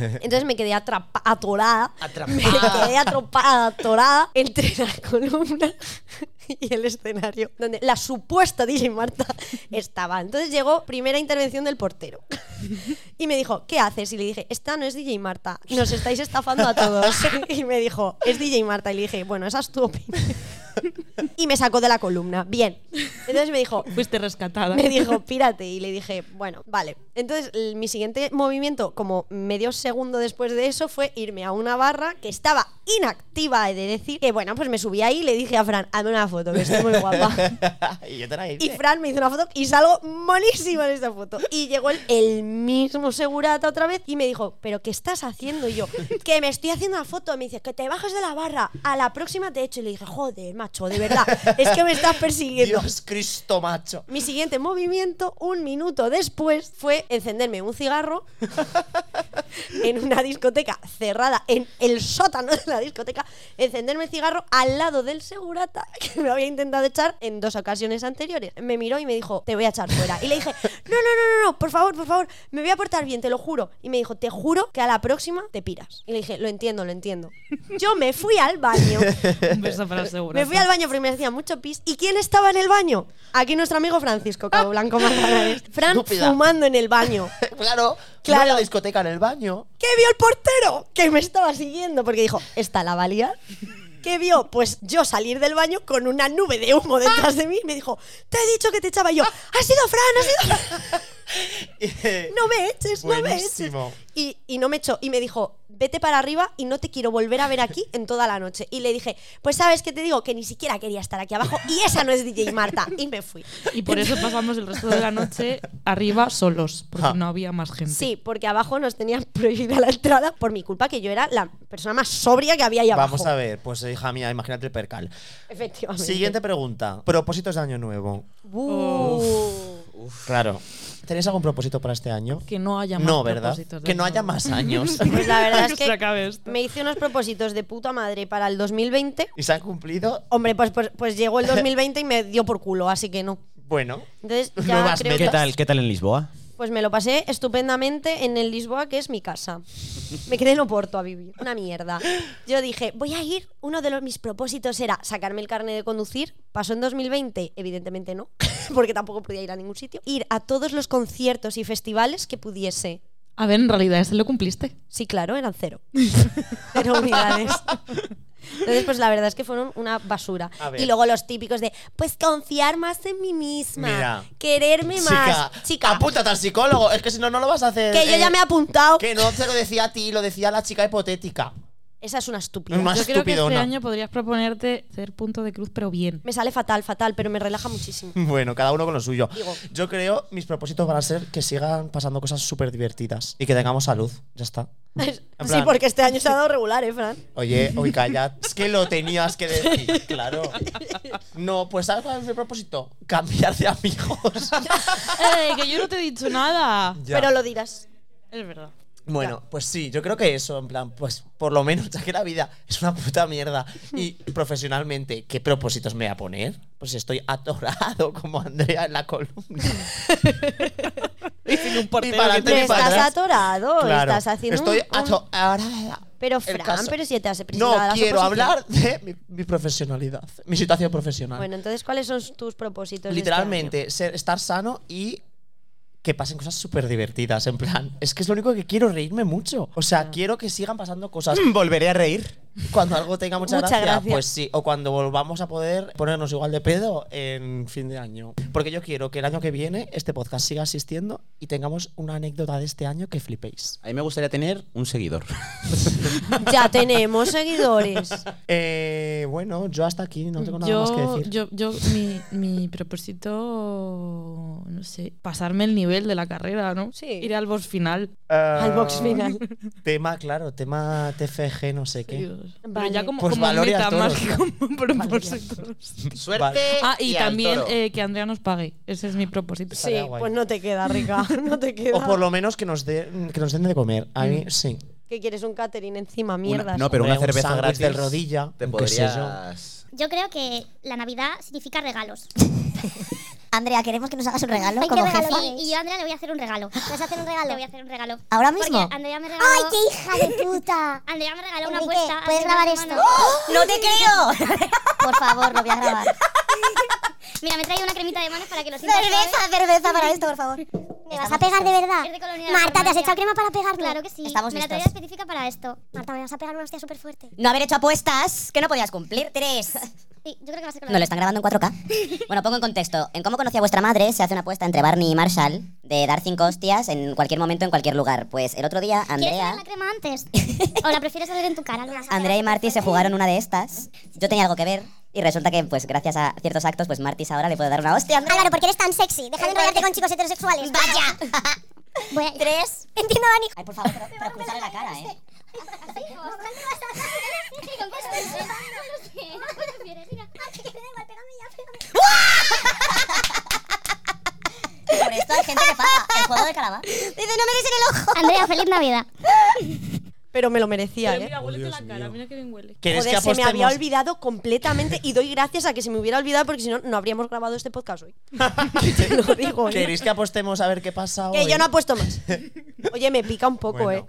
[SPEAKER 2] Entonces me quedé atrapa- atorada. Me quedé atrapada, atorada entre la columna y el escenario, donde la supuesta DJ Marta estaba. Entonces llegó primera intervención del portero. Y me dijo, ¿qué haces? Y le dije, esta no es DJ Marta, nos estáis estafando a todos. Y me dijo, es DJ Marta. Y le dije, bueno, esa es tu opinión. Y me sacó de la columna. Bien. Entonces me dijo,
[SPEAKER 4] Fuiste rescatada.
[SPEAKER 2] me dijo, pírate. Y le dije, bueno, vale. Entonces, l- mi siguiente movimiento, como medio segundo después de eso, fue irme a una barra que estaba inactiva, he de decir. Que bueno, pues me subí ahí y le dije a Fran, hazme una foto, que estoy muy guapa.
[SPEAKER 3] y yo te la hice.
[SPEAKER 2] Y Fran me hizo una foto y salgo monísima en esta foto. Y llegó el, el mismo segurata otra vez y me dijo, ¿pero qué estás haciendo? Y yo, que me estoy haciendo una foto. Me dice, que te bajes de la barra, a la próxima te echo. Y le dije, joder, macho, de verdad, es que me estás persiguiendo.
[SPEAKER 3] Dios Cristo, macho.
[SPEAKER 2] Mi siguiente movimiento, un minuto después, fue encenderme un cigarro en una discoteca cerrada, en el sótano de la discoteca, encenderme el cigarro al lado del segurata que me había intentado echar en dos ocasiones anteriores. Me miró y me dijo, te voy a echar fuera. Y le dije, no, no, no, no, no, por favor, por favor, me voy a portar bien, te lo juro. Y me dijo, te juro que a la próxima te piras. Y le dije, lo entiendo, lo entiendo. Yo me fui al baño.
[SPEAKER 4] Un beso para seguro.
[SPEAKER 2] Me fui al baño porque me hacía mucho pis. ¿Y quién estaba en el baño? Aquí nuestro amigo Francisco Cabo Blanco Manzanares. Fran
[SPEAKER 3] Estúpida.
[SPEAKER 2] fumando en el baño.
[SPEAKER 3] Claro,
[SPEAKER 2] Claro.
[SPEAKER 3] claro. la discoteca en el baño.
[SPEAKER 2] ¿Qué vio el portero? Que me estaba siguiendo porque dijo, ¿esta la valía? ¿Qué vio? Pues yo salir del baño con una nube de humo detrás de mí y me dijo, te he dicho que te echaba Y yo. ¡Ha sido Fran! ¡Ha sido Fran! no me eches, no me eches.
[SPEAKER 3] Buenísimo.
[SPEAKER 2] Y, y no me echó. Y me dijo, vete para arriba y no te quiero volver a ver aquí en toda la noche. Y le dije, pues sabes qué te digo, que ni siquiera quería estar aquí abajo y esa no es DJ Marta. Y me fui.
[SPEAKER 4] Y por eso pasamos el resto de la noche arriba solos, porque no había más gente.
[SPEAKER 2] Sí, porque abajo nos tenían prohibida la entrada por mi culpa, que yo era la persona más sobria que había ahí abajo.
[SPEAKER 3] Vamos a ver, pues hija mía, imagínate el percal.
[SPEAKER 2] Efectivamente.
[SPEAKER 3] Siguiente pregunta. Propósitos de año nuevo.
[SPEAKER 2] Buh.
[SPEAKER 3] Claro. ¿Tenéis algún propósito para este año?
[SPEAKER 4] Que no haya más
[SPEAKER 3] No, ¿verdad?
[SPEAKER 4] propósitos de
[SPEAKER 3] Que no
[SPEAKER 4] eso.
[SPEAKER 3] haya más años.
[SPEAKER 2] Pues la verdad es
[SPEAKER 4] Que se acabe
[SPEAKER 2] que
[SPEAKER 4] esto.
[SPEAKER 2] me hice unos propósitos de puta madre para el 2020.
[SPEAKER 3] ¿Y se han cumplido?
[SPEAKER 2] Hombre, pues, pues, pues llegó el 2020 y me dio por culo, así que no.
[SPEAKER 3] Bueno.
[SPEAKER 2] Entonces, ya
[SPEAKER 3] Nuevas
[SPEAKER 2] creo
[SPEAKER 5] ¿Qué
[SPEAKER 2] que-
[SPEAKER 5] tal, ¿Qué tal en Lisboa?
[SPEAKER 2] Pues me lo pasé estupendamente en el Lisboa, que es mi casa. Me quedé en Oporto a vivir. Una mierda. Yo dije, voy a ir. Uno de los, mis propósitos era sacarme el carnet de conducir. Pasó en 2020, evidentemente no, porque tampoco podía ir a ningún sitio. Ir a todos los conciertos y festivales que pudiese.
[SPEAKER 4] A ver, en realidad ese lo cumpliste.
[SPEAKER 2] Sí, claro, eran cero. Cero unidades. Entonces, pues la verdad es que fueron una basura.
[SPEAKER 3] A ver.
[SPEAKER 2] Y luego los típicos de, pues confiar más en mí misma,
[SPEAKER 3] Mira.
[SPEAKER 2] quererme
[SPEAKER 3] Chica,
[SPEAKER 2] más. Chica,
[SPEAKER 3] apúntate al psicólogo. Es que si no, no lo vas a hacer.
[SPEAKER 2] que yo
[SPEAKER 3] eh,
[SPEAKER 2] ya me he apuntado.
[SPEAKER 3] Que no te lo decía a ti, lo decía la chica hipotética.
[SPEAKER 2] Esa es una estúpida.
[SPEAKER 3] Más
[SPEAKER 4] Yo creo que este
[SPEAKER 3] estupidona.
[SPEAKER 4] año podrías proponerte ser punto de cruz, pero bien.
[SPEAKER 2] Me sale fatal, fatal, pero me relaja muchísimo.
[SPEAKER 3] Bueno, cada uno con lo suyo.
[SPEAKER 2] Digo.
[SPEAKER 3] Yo creo mis propósitos van a ser que sigan pasando cosas súper divertidas y que tengamos salud. Ya está. En
[SPEAKER 2] Sí,
[SPEAKER 3] plan-
[SPEAKER 2] porque este año se ha dado regular, ¿eh, Fran?
[SPEAKER 3] Oye, oye, calla. Es que lo tenías que decir, claro. No, pues ¿sabes cuál es mi propósito? Cambiar de amigos.
[SPEAKER 4] ¡Eh, que yo no te he dicho nada!
[SPEAKER 3] Ya.
[SPEAKER 2] Pero lo dirás.
[SPEAKER 4] Es verdad.
[SPEAKER 3] Bueno, pues sí, yo creo que eso, en plan, pues por lo menos, ya que la vida es una puta mierda y profesionalmente, ¿qué propósitos me voy a poner? Pues estoy atorado como Andrea en la columna.
[SPEAKER 4] Y sin un
[SPEAKER 3] Y para
[SPEAKER 4] portero.
[SPEAKER 3] adelante.
[SPEAKER 2] Pero
[SPEAKER 3] Tenis para
[SPEAKER 2] estás
[SPEAKER 3] atrás.
[SPEAKER 2] atorado,
[SPEAKER 3] Claro,
[SPEAKER 2] estás haciendo
[SPEAKER 3] estoy
[SPEAKER 2] un- Pues un-
[SPEAKER 3] atorada.
[SPEAKER 2] Pero
[SPEAKER 3] El
[SPEAKER 2] Fran,
[SPEAKER 3] caso.
[SPEAKER 2] pero si te has presentado
[SPEAKER 3] No
[SPEAKER 2] a las
[SPEAKER 3] quiero
[SPEAKER 2] oposiciones.
[SPEAKER 3] hablar de mi, mi profesionalidad, mi situación profesional.
[SPEAKER 2] Bueno, entonces, ¿cuáles son tus propósitos? de este año?
[SPEAKER 3] Literalmente, ser, estar sano y que pasen cosas súper divertidas, en plan. Es que es lo único que quiero reírme mucho. O sea, quiero que sigan pasando cosas. Mm,
[SPEAKER 5] Volveré a reír.
[SPEAKER 3] Cuando algo tenga mucha,
[SPEAKER 2] Mucha gracia.
[SPEAKER 3] pues sí. O cuando volvamos a poder ponernos igual de pedo en fin de año. Porque yo quiero que el año que viene este podcast siga existiendo y tengamos una anécdota de este año que flipéis.
[SPEAKER 5] A mí me gustaría tener un seguidor.
[SPEAKER 2] Ya tenemos seguidores.
[SPEAKER 3] Eh, bueno, yo hasta aquí no tengo nada más que
[SPEAKER 4] Yo,
[SPEAKER 3] decir.
[SPEAKER 4] yo, yo, mi, mi propósito, no sé, pasarme el nivel de la carrera, ¿no?
[SPEAKER 2] Sí.
[SPEAKER 4] Ir al boss final.
[SPEAKER 3] Eh,
[SPEAKER 2] Al box final.
[SPEAKER 3] Tema, claro, tema TFG, no sé qué.
[SPEAKER 4] Pero ya
[SPEAKER 2] Vale.
[SPEAKER 4] como,
[SPEAKER 3] Pues
[SPEAKER 4] como
[SPEAKER 3] valore
[SPEAKER 4] meta
[SPEAKER 3] al toro.
[SPEAKER 4] más que como propósitos.
[SPEAKER 5] Suerte.
[SPEAKER 3] Vale.
[SPEAKER 4] Ah, y,
[SPEAKER 5] al
[SPEAKER 4] también
[SPEAKER 5] toro.
[SPEAKER 4] eh, que Andrea nos pague. Ese es mi propósito.
[SPEAKER 2] Sí,
[SPEAKER 3] Estaría guay.
[SPEAKER 2] pues no te queda, rica. No te queda.
[SPEAKER 3] O por lo menos que nos, den- que nos den de comer. A mí sí.
[SPEAKER 2] Que quieres un catering encima,
[SPEAKER 5] Una-
[SPEAKER 2] mierdas.
[SPEAKER 5] no, pero una
[SPEAKER 3] Hombre, un
[SPEAKER 5] cerveza
[SPEAKER 3] sándwich
[SPEAKER 5] gratis.
[SPEAKER 3] del rodilla,
[SPEAKER 5] Te
[SPEAKER 3] un quesillo.
[SPEAKER 5] podrías.
[SPEAKER 6] Yo creo que la Navidad significa regalos.
[SPEAKER 7] Andrea, queremos que nos hagas un regalo
[SPEAKER 6] Ay, qué
[SPEAKER 7] como
[SPEAKER 6] regalo.
[SPEAKER 7] jefa.
[SPEAKER 6] Y, y yo a Andrea le voy a hacer un regalo. ¿Le vas a hacer un regalo? Le voy a hacer un regalo.
[SPEAKER 7] Ah, ¿Ahora
[SPEAKER 6] Porque
[SPEAKER 7] mismo?
[SPEAKER 6] Andrea me regaló.
[SPEAKER 7] ¡Ay, qué hija de puta!
[SPEAKER 6] Andrea me regaló una
[SPEAKER 7] Enrique,
[SPEAKER 6] apuesta.
[SPEAKER 7] ¿Puedes
[SPEAKER 6] hace
[SPEAKER 7] grabar
[SPEAKER 6] una
[SPEAKER 7] esto?
[SPEAKER 6] semana.
[SPEAKER 7] ¡Oh! ¡No te creo! Por favor, lo voy a grabar.
[SPEAKER 6] Mira, me traigo una cremita de manos para que lo sientas.
[SPEAKER 7] Cerveza, cerveza para esto, por favor. ¿Me vas a pegar de verdad?
[SPEAKER 6] Es de colonia de
[SPEAKER 7] Marta, ¿te has
[SPEAKER 6] farmacia.
[SPEAKER 7] echado crema para pegarlo?
[SPEAKER 6] Claro que sí.
[SPEAKER 7] Estamos
[SPEAKER 6] me la traía
[SPEAKER 7] listos.
[SPEAKER 6] específica para esto.
[SPEAKER 7] Marta, me vas a pegar una hostia súper fuerte.
[SPEAKER 8] No haber hecho apuestas que no podías cumplir. Tres.
[SPEAKER 6] Sí, yo creo que va a ser con
[SPEAKER 8] No, lo están grabando en 4K. Bueno, pongo en contexto. En Cómo conocí a vuestra madre se hace una apuesta entre Barney y Marshall de dar cinco hostias en cualquier momento, en cualquier lugar. Pues el otro día,
[SPEAKER 6] ¿Quieres
[SPEAKER 8] Andrea,
[SPEAKER 6] poner la crema antes? ¿O la prefieres hacer en tu cara? Andrea
[SPEAKER 8] Andrea y Marty se jugaron una de estas. Yo tenía algo que ver. Y resulta que, pues gracias a ciertos actos, pues Martis ahora le puede dar una hostia. a Andrea.
[SPEAKER 7] Álvaro, ¿por qué eres tan sexy? Deja de enrollarte con chicos heterosexuales. Pues ¡Vaya!
[SPEAKER 6] Voy a-
[SPEAKER 7] Tres. Entiendo, Dani.
[SPEAKER 8] Ay, por favor, pero, pero escúchale la cara, ¿eh? Por esto hay gente que paga. El juego de calamar.
[SPEAKER 7] Dice, no me des en el ojo.
[SPEAKER 6] Andrea, feliz Navidad.
[SPEAKER 2] Pero me lo merecía, ¿eh?
[SPEAKER 4] huele la cara, mira que bien huele.
[SPEAKER 3] ¿Quieres
[SPEAKER 2] Joder,
[SPEAKER 3] que
[SPEAKER 2] se me había
[SPEAKER 3] apostemos?
[SPEAKER 2] olvidado completamente y doy gracias a que se me hubiera olvidado porque si no, no habríamos grabado este podcast hoy. Te lo digo, ¿eh?
[SPEAKER 3] ¿Queréis que apostemos a ver qué pasa
[SPEAKER 2] Que
[SPEAKER 3] hoy?
[SPEAKER 2] yo no apuesto más. Oye, me pica un poco,
[SPEAKER 3] Bueno.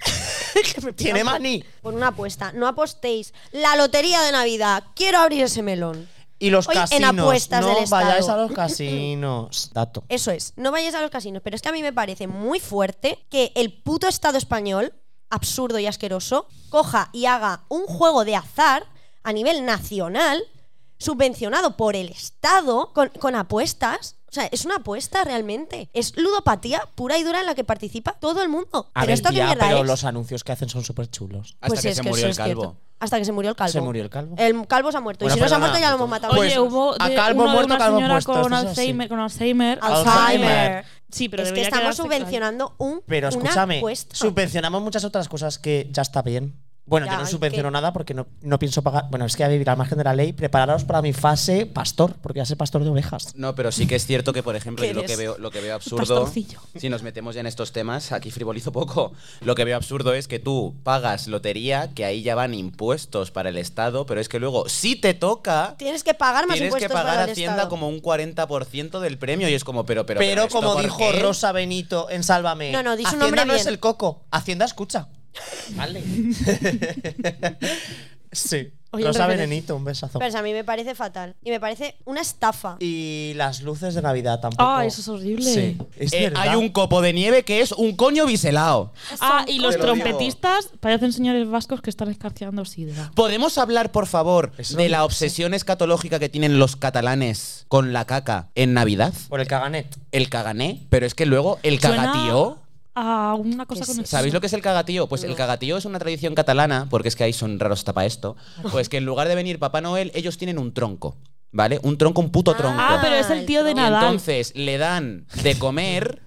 [SPEAKER 2] ¿eh? Que me pica
[SPEAKER 3] Tiene
[SPEAKER 2] un poco.
[SPEAKER 3] maní.
[SPEAKER 2] Por una apuesta. No apostéis. La lotería de Navidad. Quiero abrir ese melón.
[SPEAKER 3] Y los
[SPEAKER 2] Hoy en
[SPEAKER 3] casinos.
[SPEAKER 2] apuestas
[SPEAKER 3] no
[SPEAKER 2] del Estado. Eh,
[SPEAKER 3] vayáis a los casinos. Dato.
[SPEAKER 2] Eso es. No vayáis a los casinos. Pero es que a mí me parece muy fuerte que el puto Estado español, absurdo y asqueroso, coja y haga un juego de azar a nivel nacional, subvencionado por el Estado, con, con apuestas. O sea, es una apuesta realmente. Es ludopatía pura y dura en la que participa todo el mundo.
[SPEAKER 3] A
[SPEAKER 2] pero
[SPEAKER 3] ver,
[SPEAKER 2] esto qué
[SPEAKER 3] tía,
[SPEAKER 2] mierda
[SPEAKER 3] pero
[SPEAKER 2] es.
[SPEAKER 3] los anuncios que hacen son súper chulos.
[SPEAKER 5] Hasta que se
[SPEAKER 2] eso
[SPEAKER 5] murió el
[SPEAKER 2] Pues es
[SPEAKER 5] calvo.
[SPEAKER 2] cierto. Hasta que se murió el calvo.
[SPEAKER 3] Se murió el calvo.
[SPEAKER 2] El calvo se ha muerto.
[SPEAKER 3] Bueno,
[SPEAKER 2] y si no se ha
[SPEAKER 3] perdona.
[SPEAKER 2] muerto, ya lo hemos matado.
[SPEAKER 3] Pues,
[SPEAKER 4] Oye, hubo
[SPEAKER 3] a
[SPEAKER 4] de
[SPEAKER 3] calvo
[SPEAKER 4] una, de
[SPEAKER 3] muerto,
[SPEAKER 4] una
[SPEAKER 3] calvo
[SPEAKER 4] señora
[SPEAKER 3] puesto,
[SPEAKER 4] con
[SPEAKER 3] esto es así.
[SPEAKER 4] Alzheimer, con Alzheimer.
[SPEAKER 2] Alzheimer.
[SPEAKER 4] Sí, pero
[SPEAKER 2] es que
[SPEAKER 4] debería
[SPEAKER 2] estamos
[SPEAKER 4] quedarse claro.
[SPEAKER 2] subvencionando un,
[SPEAKER 3] Pero
[SPEAKER 2] una
[SPEAKER 3] escúchame,
[SPEAKER 2] apuesta.
[SPEAKER 3] subvencionamos muchas otras cosas que ya está bien. Bueno,
[SPEAKER 2] Ya,
[SPEAKER 3] yo no
[SPEAKER 2] ¿y
[SPEAKER 3] subvenciono
[SPEAKER 2] qué?
[SPEAKER 3] nada porque no, no pienso pagar. Bueno, es que a vivir al margen de la ley, prepararos para mi fase pastor, porque ya sé pastor de ovejas.
[SPEAKER 5] No, pero sí que es cierto que, por ejemplo,
[SPEAKER 2] ¿Qué
[SPEAKER 5] yo lo que
[SPEAKER 2] eres?
[SPEAKER 5] veo, lo que veo absurdo,
[SPEAKER 4] pastorcillo.
[SPEAKER 5] si nos metemos ya en estos temas, aquí frivolizo poco, lo que veo absurdo es que tú pagas lotería, que ahí ya van impuestos para el Estado, pero es que luego, si te toca,
[SPEAKER 2] Tienes que pagar más
[SPEAKER 5] tienes que
[SPEAKER 2] impuestos
[SPEAKER 5] pagar
[SPEAKER 2] para el
[SPEAKER 5] a Hacienda
[SPEAKER 2] Estado.
[SPEAKER 5] como un 40% del premio y es como, pero, pero,
[SPEAKER 3] Pero,
[SPEAKER 5] ¿esto
[SPEAKER 3] como
[SPEAKER 5] por
[SPEAKER 3] dijo
[SPEAKER 5] qué?
[SPEAKER 3] Rosa Benito en Sálvame,
[SPEAKER 2] No, no, di su
[SPEAKER 3] Hacienda
[SPEAKER 2] nombre
[SPEAKER 3] no es
[SPEAKER 2] bien.
[SPEAKER 3] el coco, Hacienda escucha. Vale. sí.
[SPEAKER 4] Oye,
[SPEAKER 3] Rosa
[SPEAKER 4] referencia.
[SPEAKER 3] Benito, un besazo.
[SPEAKER 2] Pero a mí me parece fatal. Y me parece una estafa.
[SPEAKER 3] Y las luces de Navidad tampoco.
[SPEAKER 4] Ah, eso es horrible.
[SPEAKER 3] Sí. Es
[SPEAKER 5] Eh,
[SPEAKER 3] verdad.
[SPEAKER 5] hay un copo de nieve que es un coño biselao.
[SPEAKER 4] Ah, y los
[SPEAKER 5] Te lo digo.
[SPEAKER 4] trompetistas parecen señores vascos que están escarceando sidra.
[SPEAKER 5] ¿Podemos hablar, por favor,
[SPEAKER 3] Eso
[SPEAKER 5] de
[SPEAKER 3] no
[SPEAKER 5] la
[SPEAKER 3] sé.
[SPEAKER 5] obsesión escatológica que tienen los catalanes con la caca en Navidad?
[SPEAKER 3] Por el caganet.
[SPEAKER 5] El cagané, pero es que luego el
[SPEAKER 4] Suena
[SPEAKER 5] cagatío.
[SPEAKER 4] A una cosa con
[SPEAKER 5] ¿Sabéis lo que es el cagatío? Pues el cagatío es una tradición catalana, porque es que ahí son raros tapa esto. Pues que en lugar de venir Papá Noel, ellos tienen un tronco, ¿vale? Un tronco, un puto tronco.
[SPEAKER 4] Ah, pero es el tío de
[SPEAKER 5] Y
[SPEAKER 4] Nadal.
[SPEAKER 5] entonces le dan de comer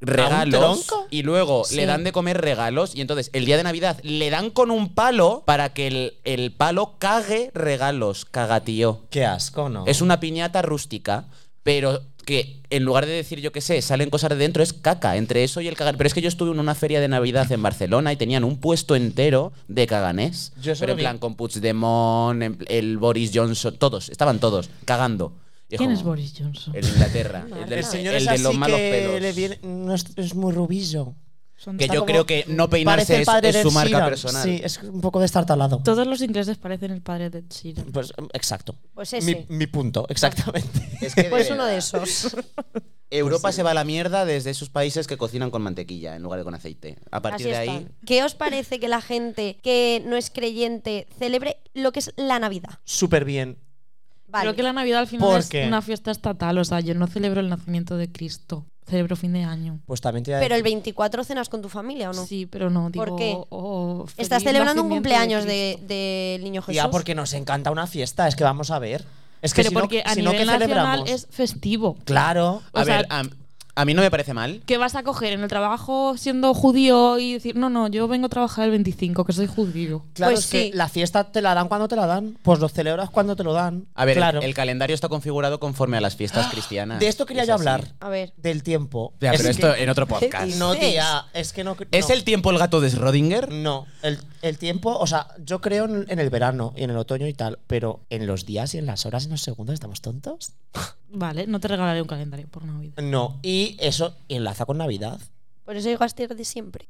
[SPEAKER 5] regalos
[SPEAKER 3] tronco?
[SPEAKER 5] y luego
[SPEAKER 4] Sí.
[SPEAKER 5] le dan de comer regalos y entonces el día de Navidad le dan con un palo para que el, el palo cague regalos, cagatío.
[SPEAKER 3] Qué asco, ¿no?
[SPEAKER 5] Es una piñata rústica, pero que en lugar de decir yo qué sé, salen cosas de dentro, es caca. Entre eso y el cagan. Pero es que yo estuve en una feria de Navidad en Barcelona y tenían un puesto entero de caganés.
[SPEAKER 3] Yo eso
[SPEAKER 5] pero
[SPEAKER 3] lo
[SPEAKER 5] en
[SPEAKER 3] vi.
[SPEAKER 5] plan con Puigdemont, en pl- el Boris Johnson, todos, estaban todos cagando. Y
[SPEAKER 4] ¿Quién
[SPEAKER 5] como,
[SPEAKER 4] es Boris Johnson?
[SPEAKER 5] El de Inglaterra. el del-
[SPEAKER 3] El señor
[SPEAKER 5] el
[SPEAKER 3] es
[SPEAKER 5] de
[SPEAKER 3] así
[SPEAKER 5] los malos
[SPEAKER 3] que
[SPEAKER 5] pelos.
[SPEAKER 3] le viene- no es, es muy rubillo.
[SPEAKER 4] Son-
[SPEAKER 5] que
[SPEAKER 3] Está
[SPEAKER 5] yo
[SPEAKER 3] como-
[SPEAKER 5] creo que no
[SPEAKER 3] Parece
[SPEAKER 5] peinarse
[SPEAKER 3] el
[SPEAKER 5] es,
[SPEAKER 3] padre
[SPEAKER 5] es
[SPEAKER 3] de
[SPEAKER 5] su
[SPEAKER 3] Ed
[SPEAKER 5] marca
[SPEAKER 3] Sheeran.
[SPEAKER 5] personal.
[SPEAKER 3] Sí, es un poco destartalado.
[SPEAKER 4] Todos los ingleses parecen el padre de Sheeran.
[SPEAKER 3] Pues em, exacto.
[SPEAKER 2] Pues ese.
[SPEAKER 3] Mi, mi punto, exactamente.
[SPEAKER 5] Es que de
[SPEAKER 2] Pues uno de
[SPEAKER 5] verdad,
[SPEAKER 2] esos.
[SPEAKER 5] Europa se va a la mierda desde esos países que cocinan con mantequilla en lugar de con aceite. A partir
[SPEAKER 2] Así
[SPEAKER 5] de ahí,
[SPEAKER 2] están. ¿Qué os parece que la gente que no es creyente celebre lo que es la Navidad?
[SPEAKER 3] Súper bien.
[SPEAKER 2] Vale.
[SPEAKER 4] Creo que la Navidad al
[SPEAKER 3] ¿Por
[SPEAKER 4] final es
[SPEAKER 3] qué?
[SPEAKER 4] una fiesta estatal. O sea, yo no celebro el nacimiento de Cristo. Celebro fin de año.
[SPEAKER 3] Pues también te voy a
[SPEAKER 2] Pero el
[SPEAKER 3] decir-
[SPEAKER 2] 24 cenas con tu familia o no?
[SPEAKER 4] Sí, pero no, digo.
[SPEAKER 2] ¿Por qué?
[SPEAKER 4] oh, feliz
[SPEAKER 2] Estás celebrando un
[SPEAKER 4] nacimiento de
[SPEAKER 2] cumpleaños de-
[SPEAKER 4] Cristo.
[SPEAKER 2] del niño Jesús.
[SPEAKER 3] Tía, porque nos encanta una fiesta, es que vamos a ver. Es que
[SPEAKER 4] Pero
[SPEAKER 3] si no-
[SPEAKER 4] porque a
[SPEAKER 3] si no,
[SPEAKER 4] nivel
[SPEAKER 3] ¿qué
[SPEAKER 4] nacional
[SPEAKER 3] celebramos?
[SPEAKER 4] es festivo.
[SPEAKER 3] Claro.
[SPEAKER 5] A
[SPEAKER 4] O sea-
[SPEAKER 5] ver, a, a mí no me parece mal.
[SPEAKER 4] ¿Qué vas a coger en el trabajo siendo judío y decir, no, no, yo vengo a trabajar el 25, que soy judío?
[SPEAKER 3] Claro,
[SPEAKER 2] Pues
[SPEAKER 3] es que
[SPEAKER 2] sí.
[SPEAKER 3] la fiesta te la dan cuando te la dan, pues lo celebras cuando te lo dan.
[SPEAKER 5] A ver, el-
[SPEAKER 3] claro.
[SPEAKER 5] el, calendario está configurado conforme a las fiestas cristianas.
[SPEAKER 3] de esto quería
[SPEAKER 5] Es
[SPEAKER 3] yo
[SPEAKER 5] así.
[SPEAKER 3] hablar,
[SPEAKER 2] A ver.
[SPEAKER 3] del tiempo.
[SPEAKER 5] Ya,
[SPEAKER 3] Es
[SPEAKER 5] pero
[SPEAKER 3] que-
[SPEAKER 5] esto en otro podcast.
[SPEAKER 2] dices?
[SPEAKER 3] No, tía, es que no. cre-
[SPEAKER 5] ¿Es
[SPEAKER 3] no.
[SPEAKER 5] el tiempo el gato de Schrödinger?
[SPEAKER 3] No, el, el tiempo, o sea, yo creo en, en el verano y en el otoño y tal, pero en los días y en las horas y en los segundos estamos tontos.
[SPEAKER 4] Vale, no te regalaré un calendario por Navidad.
[SPEAKER 3] No, y eso enlaza con Navidad.
[SPEAKER 2] Por eso digo Astier de siempre.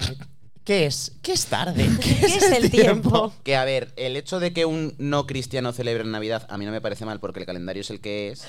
[SPEAKER 3] ¿Qué es? ¿Qué es tarde? ¿Qué,
[SPEAKER 2] ¿Qué es el tiempo?
[SPEAKER 5] Que a ver, el hecho de que un no cristiano celebre Navidad a mí no me parece mal porque el calendario es el que es.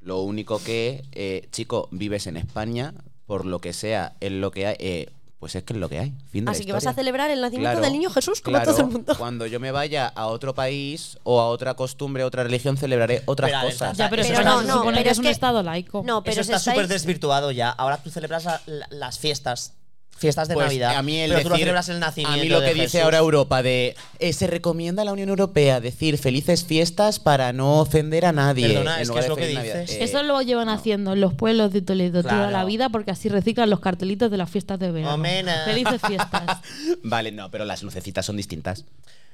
[SPEAKER 5] Lo único que, eh, chico, vives en España, por lo que sea, es lo que hay. eh, pues es que es lo que hay. Fin de la
[SPEAKER 2] Así que vas a
[SPEAKER 5] historia.
[SPEAKER 2] celebrar el nacimiento
[SPEAKER 5] Claro,
[SPEAKER 2] del niño Jesús como
[SPEAKER 5] claro,
[SPEAKER 2] todo el mundo.
[SPEAKER 5] Cuando yo me vaya a otro país o a otra costumbre, a otra religión, celebraré otras
[SPEAKER 3] Pero, a ver,
[SPEAKER 5] cosas.
[SPEAKER 3] Ya,
[SPEAKER 4] Ya, pero,
[SPEAKER 2] pero
[SPEAKER 4] eso
[SPEAKER 2] no,
[SPEAKER 4] se
[SPEAKER 2] no,
[SPEAKER 4] supone
[SPEAKER 2] pero
[SPEAKER 4] que
[SPEAKER 2] es
[SPEAKER 4] es un
[SPEAKER 2] que-
[SPEAKER 4] estado laico.
[SPEAKER 2] No, pero
[SPEAKER 3] Eso
[SPEAKER 2] se
[SPEAKER 3] está
[SPEAKER 2] estáis-
[SPEAKER 3] súper desvirtuado ya. Ahora tú celebras la- la- las fiestas. Fiestas de
[SPEAKER 5] Pues,
[SPEAKER 3] Navidad.
[SPEAKER 5] A mí el
[SPEAKER 3] pero tú no
[SPEAKER 5] decir-
[SPEAKER 3] celebras el nacimiento.
[SPEAKER 5] A mí lo
[SPEAKER 3] de
[SPEAKER 5] que dice
[SPEAKER 3] Jesús.
[SPEAKER 5] ahora Europa de eh, se recomienda a la Unión Europea decir felices fiestas para no ofender a nadie.
[SPEAKER 3] Perdona,
[SPEAKER 5] en
[SPEAKER 3] es que
[SPEAKER 5] lugar
[SPEAKER 3] es
[SPEAKER 5] de
[SPEAKER 3] lo que
[SPEAKER 5] feliz Navidad.
[SPEAKER 3] dices.
[SPEAKER 4] Eso
[SPEAKER 2] eh,
[SPEAKER 4] lo llevan haciendo en los pueblos de Toledo toda
[SPEAKER 3] Claro.
[SPEAKER 4] la vida porque así reciclan los cartelitos de las fiestas de verano.
[SPEAKER 3] Omena.
[SPEAKER 4] Felices fiestas.
[SPEAKER 5] Vale, no, pero las lucecitas son distintas.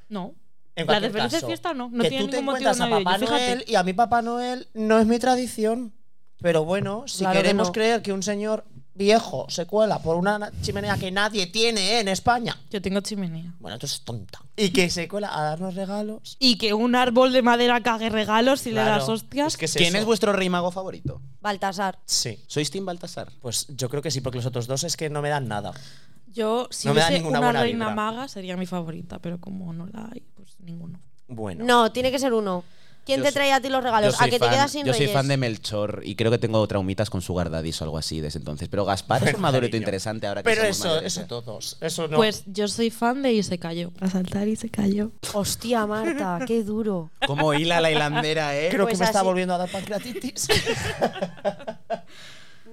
[SPEAKER 4] No.
[SPEAKER 3] En
[SPEAKER 4] Las de
[SPEAKER 3] cualquier
[SPEAKER 4] felices
[SPEAKER 3] caso,
[SPEAKER 4] fiestas no, no
[SPEAKER 3] que
[SPEAKER 4] tienen
[SPEAKER 3] tú te
[SPEAKER 4] ningún motivo
[SPEAKER 3] encuentras a
[SPEAKER 4] navideño,
[SPEAKER 3] Papá
[SPEAKER 4] fíjate.
[SPEAKER 3] Noel y a mí Papá Noel no es mi tradición. Pero bueno, si
[SPEAKER 4] Claro que
[SPEAKER 3] queremos
[SPEAKER 4] no.
[SPEAKER 3] creer que un señor viejo se cuela por una na- chimenea que nadie tiene en España,
[SPEAKER 4] Yo tengo chimenea.
[SPEAKER 3] bueno, entonces es tonta. Y que se cuela a darnos regalos.
[SPEAKER 4] Y que un árbol de madera cague regalos y le
[SPEAKER 3] Claro,
[SPEAKER 4] das hostias.
[SPEAKER 3] es que es
[SPEAKER 5] ¿Quién
[SPEAKER 3] eso.
[SPEAKER 5] es vuestro rey mago favorito?
[SPEAKER 2] Baltasar.
[SPEAKER 3] Sí.
[SPEAKER 5] ¿Sois Tim Baltasar?
[SPEAKER 3] Pues yo creo que sí, porque los otros dos es que no me dan nada.
[SPEAKER 4] Yo, si
[SPEAKER 3] No me da
[SPEAKER 4] hubiese
[SPEAKER 3] ninguna
[SPEAKER 4] una
[SPEAKER 3] buena
[SPEAKER 4] reina
[SPEAKER 3] vibra.
[SPEAKER 4] maga, sería mi favorita, pero como no la hay, pues ninguno.
[SPEAKER 3] Bueno.
[SPEAKER 2] No, tiene que ser uno. ¿Quién
[SPEAKER 5] Yo
[SPEAKER 2] te
[SPEAKER 5] soy-
[SPEAKER 2] trae a ti los
[SPEAKER 5] Yo
[SPEAKER 2] regalos?
[SPEAKER 5] soy
[SPEAKER 2] ¿A que
[SPEAKER 5] fan-
[SPEAKER 2] te quedas sin
[SPEAKER 5] Yo soy
[SPEAKER 2] reyes?
[SPEAKER 5] fan de Melchor y creo que tengo traumitas con su gardadis o algo así desde entonces. Pero Gaspar es un madurito
[SPEAKER 3] cariño.
[SPEAKER 5] interesante ahora que
[SPEAKER 3] Pero
[SPEAKER 5] somos
[SPEAKER 3] eso,
[SPEAKER 5] mayores,
[SPEAKER 3] eso
[SPEAKER 5] ¿eh?
[SPEAKER 3] todos. Eso no.
[SPEAKER 4] Pues yo soy fan de y se cayó. A saltar y se cayó.
[SPEAKER 2] Hostia, Marta, qué duro.
[SPEAKER 5] Como hila la hilandera, ¿eh?
[SPEAKER 3] Creo
[SPEAKER 2] pues
[SPEAKER 3] que me está
[SPEAKER 2] así.
[SPEAKER 3] volviendo a dar pancreatitis.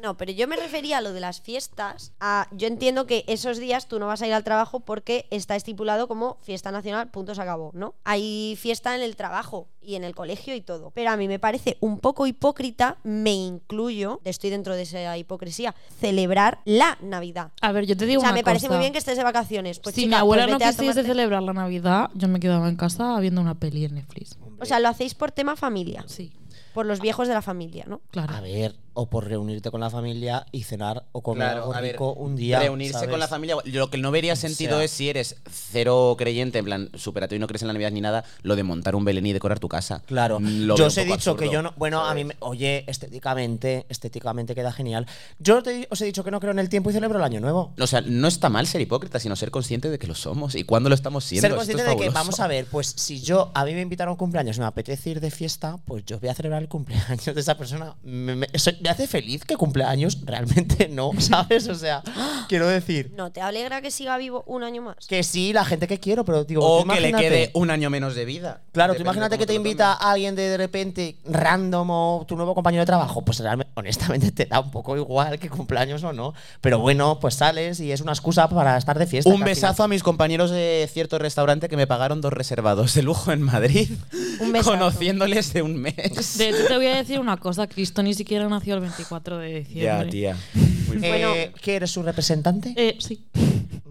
[SPEAKER 2] No, pero yo me refería a lo de las fiestas. a- yo entiendo que esos días tú no vas a ir al trabajo porque está estipulado como fiesta nacional, punto se acabó, ¿no? Hay fiesta en el trabajo y en el colegio y todo. Pero a mí me parece un poco hipócrita, me incluyo, estoy dentro de esa hipocresía, celebrar la Navidad.
[SPEAKER 4] A ver, yo te digo
[SPEAKER 2] o sea,
[SPEAKER 4] una
[SPEAKER 2] me parece
[SPEAKER 4] cosa.
[SPEAKER 2] muy bien que estés de vacaciones. Pues
[SPEAKER 4] si
[SPEAKER 2] chica,
[SPEAKER 4] mi abuela
[SPEAKER 2] pues
[SPEAKER 4] no
[SPEAKER 2] vete a
[SPEAKER 4] quisiese
[SPEAKER 2] tomarte-
[SPEAKER 4] celebrar la Navidad, yo me quedaba en casa viendo una peli en Netflix.
[SPEAKER 2] O sea, lo hacéis por tema familia,
[SPEAKER 4] Sí,
[SPEAKER 2] por los viejos de la familia, ¿no?
[SPEAKER 4] claro.
[SPEAKER 3] A ver, o por reunirte con la familia y cenar o comer
[SPEAKER 5] Claro,
[SPEAKER 3] algo
[SPEAKER 5] a ver,
[SPEAKER 3] rico un día.
[SPEAKER 5] Reunirse
[SPEAKER 3] ¿sabes?
[SPEAKER 5] con la familia. Lo que no vería sentido
[SPEAKER 3] sea-
[SPEAKER 5] es si eres cero creyente, en plan, superateo y no crees en la Navidad ni nada, lo de montar un Belén y decorar tu casa.
[SPEAKER 3] Claro,
[SPEAKER 5] Mm, lo
[SPEAKER 3] yo
[SPEAKER 5] veo
[SPEAKER 3] os he
[SPEAKER 5] un poco
[SPEAKER 3] dicho que
[SPEAKER 5] absurdo,
[SPEAKER 3] yo no. Bueno, a mí, me- oye, estéticamente, estéticamente queda genial. Yo te- os he dicho que no creo en el tiempo y celebro el año nuevo.
[SPEAKER 5] O sea, no está mal ser hipócrita, sino ser consciente de que lo somos y cuándo lo estamos siendo.
[SPEAKER 3] Ser
[SPEAKER 5] Esto
[SPEAKER 3] consciente
[SPEAKER 5] es
[SPEAKER 3] de que,
[SPEAKER 5] fabuloso.
[SPEAKER 3] vamos a ver, pues si yo a mí me invitaron a un cumpleaños y me apetece ir de fiesta, pues yo voy a celebrar el cumpleaños de esa persona. Me, me- eso me hace feliz que cumpleaños realmente no, ¿sabes? O sea, ¡ah! quiero decir
[SPEAKER 2] No, te alegra que siga vivo un año más.
[SPEAKER 3] que sí, la gente que quiero, pero digo,
[SPEAKER 5] O
[SPEAKER 3] tú
[SPEAKER 5] que le
[SPEAKER 3] imagínate-
[SPEAKER 5] quede un año menos de vida.
[SPEAKER 3] Claro, tú
[SPEAKER 5] Depende
[SPEAKER 3] imagínate
[SPEAKER 5] cómo
[SPEAKER 3] que te
[SPEAKER 5] lo
[SPEAKER 3] invita
[SPEAKER 5] tomes.
[SPEAKER 3] a alguien de, de repente random o tu nuevo compañero de trabajo, pues realmente, honestamente te da un poco igual que cumpleaños o no, pero bueno, pues sales y es una excusa para estar de fiesta.
[SPEAKER 5] Un besazo a mis compañeros de cierto restaurante que me pagaron dos reservados de lujo en Madrid,
[SPEAKER 2] Un besazo.
[SPEAKER 5] conociéndoles de un mes.
[SPEAKER 4] De hecho, te voy a decir una cosa. Cristo ni siquiera nació el 24 de diciembre.
[SPEAKER 5] Ya, tía.
[SPEAKER 3] Eh, ¿Qué eres su representante?
[SPEAKER 4] Eh, sí.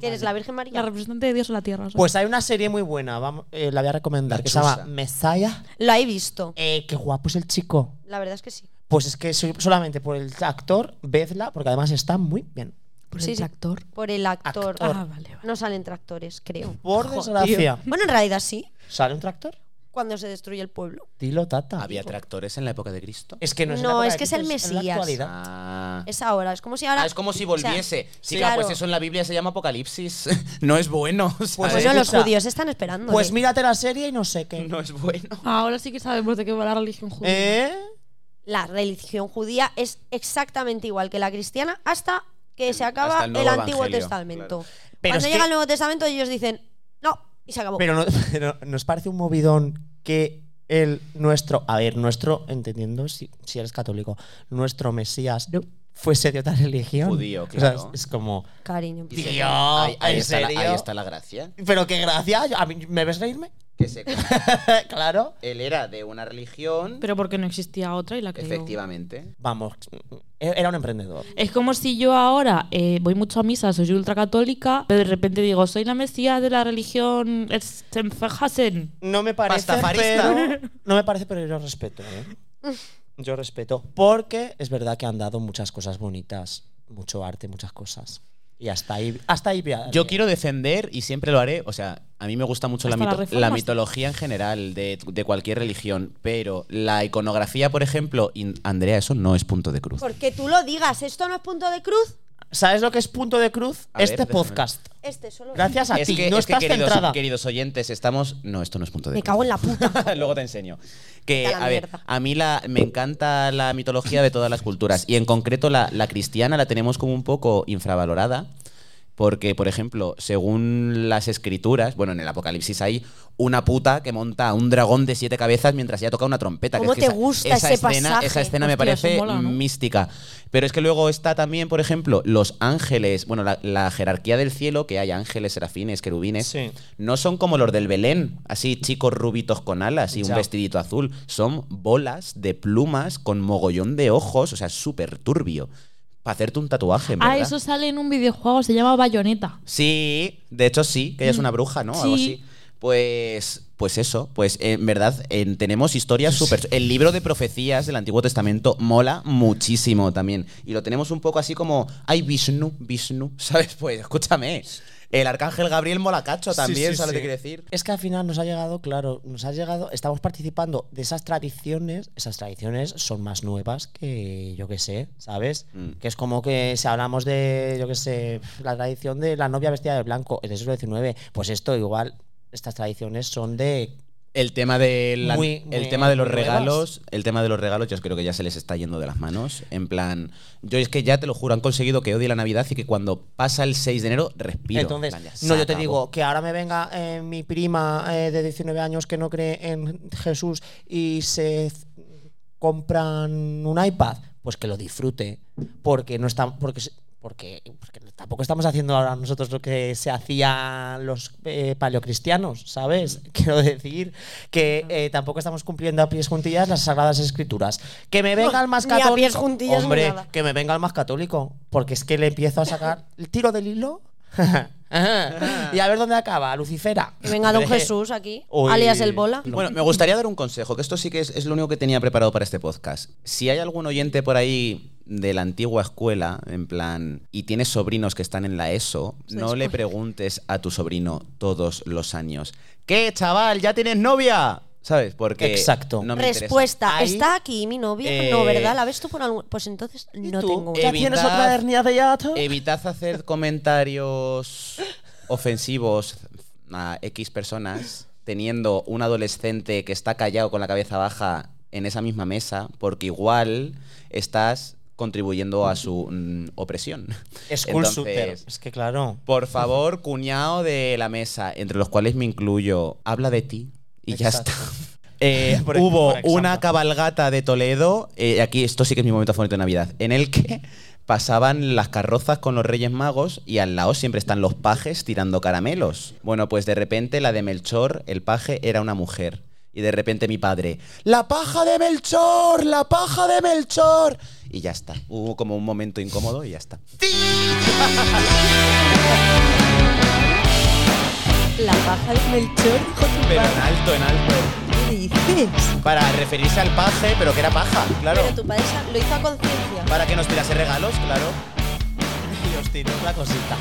[SPEAKER 2] ¿Que eres la Virgen
[SPEAKER 4] La
[SPEAKER 2] María?
[SPEAKER 4] representante de Dios en la Tierra. ¿sabes?
[SPEAKER 3] Pues hay una serie muy buena, vamos, eh, la voy a recomendar,
[SPEAKER 5] La
[SPEAKER 3] que se
[SPEAKER 5] Chusa.
[SPEAKER 3] llama Messiah.
[SPEAKER 2] Lo he visto.
[SPEAKER 3] Eh, qué guapo es el chico.
[SPEAKER 2] La verdad es que sí.
[SPEAKER 3] Pues es que soy- solamente por el actor, vedla, porque además está muy bien.
[SPEAKER 4] Por
[SPEAKER 2] sí,
[SPEAKER 4] el
[SPEAKER 2] sí.
[SPEAKER 4] actor.
[SPEAKER 2] Por el actor.
[SPEAKER 3] Actor.
[SPEAKER 4] Ah, vale, vale.
[SPEAKER 2] No salen tractores, creo.
[SPEAKER 3] Por desgracia.
[SPEAKER 2] Bueno, en realidad sí.
[SPEAKER 3] ¿Sale un tractor?
[SPEAKER 2] Cuando se destruye el pueblo.
[SPEAKER 3] Dilo, tata.
[SPEAKER 5] ¿Había tractores en la época de Cristo?
[SPEAKER 3] Es que no es en la
[SPEAKER 2] No,
[SPEAKER 3] época
[SPEAKER 2] es
[SPEAKER 3] de
[SPEAKER 2] que es el
[SPEAKER 3] Cristo, en la
[SPEAKER 2] Mesías.
[SPEAKER 3] actualidad.
[SPEAKER 5] Ah.
[SPEAKER 2] Es ahora. Es como si ahora.
[SPEAKER 5] Ah, es como si
[SPEAKER 2] o sea,
[SPEAKER 5] volviese.
[SPEAKER 2] sí,
[SPEAKER 5] Chica,
[SPEAKER 2] claro.
[SPEAKER 5] pues eso en la Biblia se llama Apocalipsis. No es bueno. ¿sabes?
[SPEAKER 3] Pues
[SPEAKER 2] Bueno, los
[SPEAKER 3] Escucha.
[SPEAKER 2] judíos están esperando. eh.
[SPEAKER 3] Pues mírate la serie y no sé qué.
[SPEAKER 5] No es bueno.
[SPEAKER 4] Ahora sí que sabemos de qué va la religión judía.
[SPEAKER 3] ¿Eh?
[SPEAKER 2] La religión judía es exactamente igual que la cristiana hasta que se
[SPEAKER 5] Hasta
[SPEAKER 2] acaba
[SPEAKER 5] el
[SPEAKER 2] el,
[SPEAKER 5] nuevo
[SPEAKER 2] Antiguo
[SPEAKER 5] evangelio,
[SPEAKER 2] Testamento.
[SPEAKER 3] Pero es
[SPEAKER 2] Cuando llega
[SPEAKER 3] que-
[SPEAKER 2] el Nuevo Testamento, ellos dicen no y se acabó.
[SPEAKER 3] Pero, no- pero nos parece un movidón que el nuestro, a ver, nuestro, entendiendo si, si eres católico, nuestro Mesías fuese de otra religión.
[SPEAKER 5] Judío,
[SPEAKER 3] O sea,
[SPEAKER 5] claro.
[SPEAKER 3] es, es como,
[SPEAKER 2] Cariño.
[SPEAKER 5] Y se-
[SPEAKER 3] Tío,
[SPEAKER 5] ahí, ahí
[SPEAKER 3] ¿en
[SPEAKER 5] está la-
[SPEAKER 3] serio?
[SPEAKER 5] ahí está la gracia.
[SPEAKER 3] pero qué gracia, yo- a mí- ¿me ves reírme?
[SPEAKER 5] Que se-
[SPEAKER 3] claro.
[SPEAKER 5] él era de una religión.
[SPEAKER 4] Pero porque no existía otra y la creó.
[SPEAKER 5] efectivamente.
[SPEAKER 3] Vamos, e-, era un emprendedor.
[SPEAKER 4] Es como si yo ahora eh, voy mucho a misa, soy ultracatólica, pero de repente digo, soy la mesía de la religión Senfajasen.
[SPEAKER 3] No me parece,
[SPEAKER 5] Pastafarista.
[SPEAKER 3] pero, no me parece, pero yo respeto, ¿eh? Yo respeto, porque es verdad que han dado muchas cosas bonitas, mucho arte, muchas cosas. Y hasta ahí, hasta ahí voy a-
[SPEAKER 5] Yo quiero defender, y siempre lo haré, o sea, a mí me gusta mucho la,
[SPEAKER 4] Hasta la
[SPEAKER 5] mito-
[SPEAKER 4] reforma,
[SPEAKER 5] la
[SPEAKER 4] hasta-
[SPEAKER 5] mitología en general de, de cualquier religión, pero la iconografía, por ejemplo, in- Andrea, eso no es punto de cruz.
[SPEAKER 2] Porque tú lo digas, esto no es punto de cruz.
[SPEAKER 3] ¿Sabes lo que es punto de cruz?
[SPEAKER 5] A ver,
[SPEAKER 3] este
[SPEAKER 5] déjame.
[SPEAKER 3] podcast.
[SPEAKER 2] Este solo.
[SPEAKER 3] Gracias a
[SPEAKER 5] Es
[SPEAKER 3] ti,
[SPEAKER 5] que,
[SPEAKER 3] no
[SPEAKER 5] es que,
[SPEAKER 3] estás
[SPEAKER 5] queridos,
[SPEAKER 3] centrada.
[SPEAKER 5] queridos oyentes, estamos... No, esto no es punto de
[SPEAKER 2] Me
[SPEAKER 5] cruz.
[SPEAKER 2] cago en la puta.
[SPEAKER 5] Luego te enseño. Que,
[SPEAKER 2] Vete a la
[SPEAKER 5] a ver,
[SPEAKER 2] mierda.
[SPEAKER 5] a mí la, me encanta la mitología de todas las culturas. Y en concreto la, la cristiana la tenemos como un poco infravalorada. Porque, por ejemplo, según las escrituras, bueno, en el Apocalipsis hay una puta que monta a un dragón de siete cabezas mientras ya toca una trompeta. que
[SPEAKER 2] ¿Cómo
[SPEAKER 5] es que
[SPEAKER 2] te
[SPEAKER 5] esa-
[SPEAKER 2] gusta
[SPEAKER 5] esa
[SPEAKER 2] ese
[SPEAKER 5] escena,
[SPEAKER 2] pasaje?
[SPEAKER 5] Esa escena me
[SPEAKER 4] Hostia, eso
[SPEAKER 5] parece
[SPEAKER 4] mola, ¿no?
[SPEAKER 5] mística. Pero es que luego está también, por ejemplo, los ángeles, bueno, la, la jerarquía del cielo, que hay ángeles, serafines, querubines,
[SPEAKER 3] Sí.
[SPEAKER 5] no son como los del Belén, así chicos rubitos con alas y un
[SPEAKER 3] Ya.
[SPEAKER 5] vestidito azul. Son bolas de plumas con mogollón de ojos, o sea, súper turbio. Para hacerte un tatuaje, en
[SPEAKER 4] Ah,
[SPEAKER 5] ¿verdad?
[SPEAKER 4] eso sale en un videojuego, se llama Bayonetta.
[SPEAKER 5] Sí, de hecho sí, que ella
[SPEAKER 3] Mm,
[SPEAKER 5] es una bruja, ¿no? Algo
[SPEAKER 4] Sí.
[SPEAKER 5] así. Pues, pues eso, pues en verdad en- tenemos historias súper... El libro de profecías del Antiguo Testamento mola muchísimo también. Y lo tenemos un poco así como, ay, Vishnu, Vishnu, ¿sabes? Pues escúchame, el arcángel Gabriel mola cacho también,
[SPEAKER 3] sí,
[SPEAKER 5] ¿sabes lo
[SPEAKER 3] sí.
[SPEAKER 5] que quiere decir?
[SPEAKER 3] Es que al final nos ha llegado, claro, nos ha llegado, estamos participando de esas tradiciones, esas tradiciones son más nuevas que yo que sé, ¿sabes?
[SPEAKER 5] Mm.
[SPEAKER 3] Que es como que si hablamos de, yo que sé, la tradición de la novia vestida de blanco en el siglo XIX, pues esto igual, estas tradiciones son de
[SPEAKER 5] El tema de la-
[SPEAKER 3] Muy-
[SPEAKER 5] el
[SPEAKER 3] muy-
[SPEAKER 5] tema de los
[SPEAKER 3] muy nuevas.
[SPEAKER 5] regalos, el tema de los regalos, yo creo que ya se les está yendo de las manos. En plan, yo es que ya te lo juro, han conseguido que odie la Navidad y que cuando pasa el 6 de enero respiro.
[SPEAKER 3] Entonces,
[SPEAKER 5] En plan, ya se
[SPEAKER 3] no, yo te
[SPEAKER 5] acabó.
[SPEAKER 3] digo que ahora me venga eh, mi prima eh, de 19 años que no cree en Jesús y se z- compran un iPad, pues que lo disfrute, porque no está, porque se- porque, porque tampoco estamos haciendo ahora nosotros lo que se hacía los eh, paleocristianos, ¿sabes?
[SPEAKER 5] Mm.
[SPEAKER 3] Quiero decir que eh, tampoco estamos cumpliendo a pies juntillas las sagradas escrituras. Que me venga el más
[SPEAKER 2] ni a
[SPEAKER 3] católico.
[SPEAKER 2] pies juntillas ni
[SPEAKER 3] Hombre,
[SPEAKER 2] nada.
[SPEAKER 3] que me venga el más católico, porque es que le empiezo a sacar el tiro del hilo y a ver dónde acaba, Lucifera.
[SPEAKER 2] Que venga Don
[SPEAKER 3] Hombre,
[SPEAKER 2] Jesús aquí,
[SPEAKER 3] Uy.
[SPEAKER 2] alias el bola.
[SPEAKER 5] Bueno, me gustaría dar un consejo, que esto sí que es, es lo único que tenía preparado para este podcast. Si hay algún oyente por ahí de la antigua escuela, en plan, y tienes sobrinos que están en la ESO, no le preguntes a tu sobrino todos los años, ¿qué chaval, ya tienes novia? ¿Sabes? Porque
[SPEAKER 3] Exacto.
[SPEAKER 5] no me interesa.
[SPEAKER 2] Respuesta,
[SPEAKER 3] Ahí-
[SPEAKER 2] ¿está aquí mi novia?
[SPEAKER 5] Eh,
[SPEAKER 2] no, ¿verdad? ¿La ves tú por algún...? Pues entonces
[SPEAKER 3] ¿Y
[SPEAKER 2] no
[SPEAKER 3] tú?
[SPEAKER 2] tengo...
[SPEAKER 5] Eh,
[SPEAKER 3] ¿Ya tienes otra
[SPEAKER 5] Evitad-
[SPEAKER 3] hernia de hiato?
[SPEAKER 5] Evitad hacer comentarios ofensivos a X personas teniendo un adolescente que está callado con la cabeza baja en esa misma mesa, porque igual estás contribuyendo a su mm, opresión.
[SPEAKER 3] School shooter.
[SPEAKER 5] Entonces,
[SPEAKER 3] Es que claro.
[SPEAKER 5] Por favor, cuñado de la mesa, entre los cuales me incluyo, habla de ti y ya está.
[SPEAKER 3] Exacto.
[SPEAKER 5] Eh,
[SPEAKER 3] Por ej-
[SPEAKER 5] hubo
[SPEAKER 3] por ejemplo.
[SPEAKER 5] una cabalgata de Toledo, eh, aquí esto sí que es mi momento favorito de Navidad, en el que pasaban las carrozas con los Reyes Magos y al lado siempre están los pajes tirando caramelos. Bueno, pues de repente la de Melchor, el paje, era una mujer. Y de repente mi padre, ¡La paja de Melchor! ¡La paja de Melchor! Y ya está. Hubo como un momento incómodo y ya está.
[SPEAKER 2] La paja de Melchor, hijo de tu
[SPEAKER 5] Pero en
[SPEAKER 2] padre.
[SPEAKER 5] alto, en alto.
[SPEAKER 2] ¿Qué dices?
[SPEAKER 5] Para referirse al paje, pero que era paja, claro.
[SPEAKER 2] Pero tu padre sa- lo hizo a conciencia.
[SPEAKER 5] Para que nos tirase regalos, claro.
[SPEAKER 3] Dios, tío, la cosita.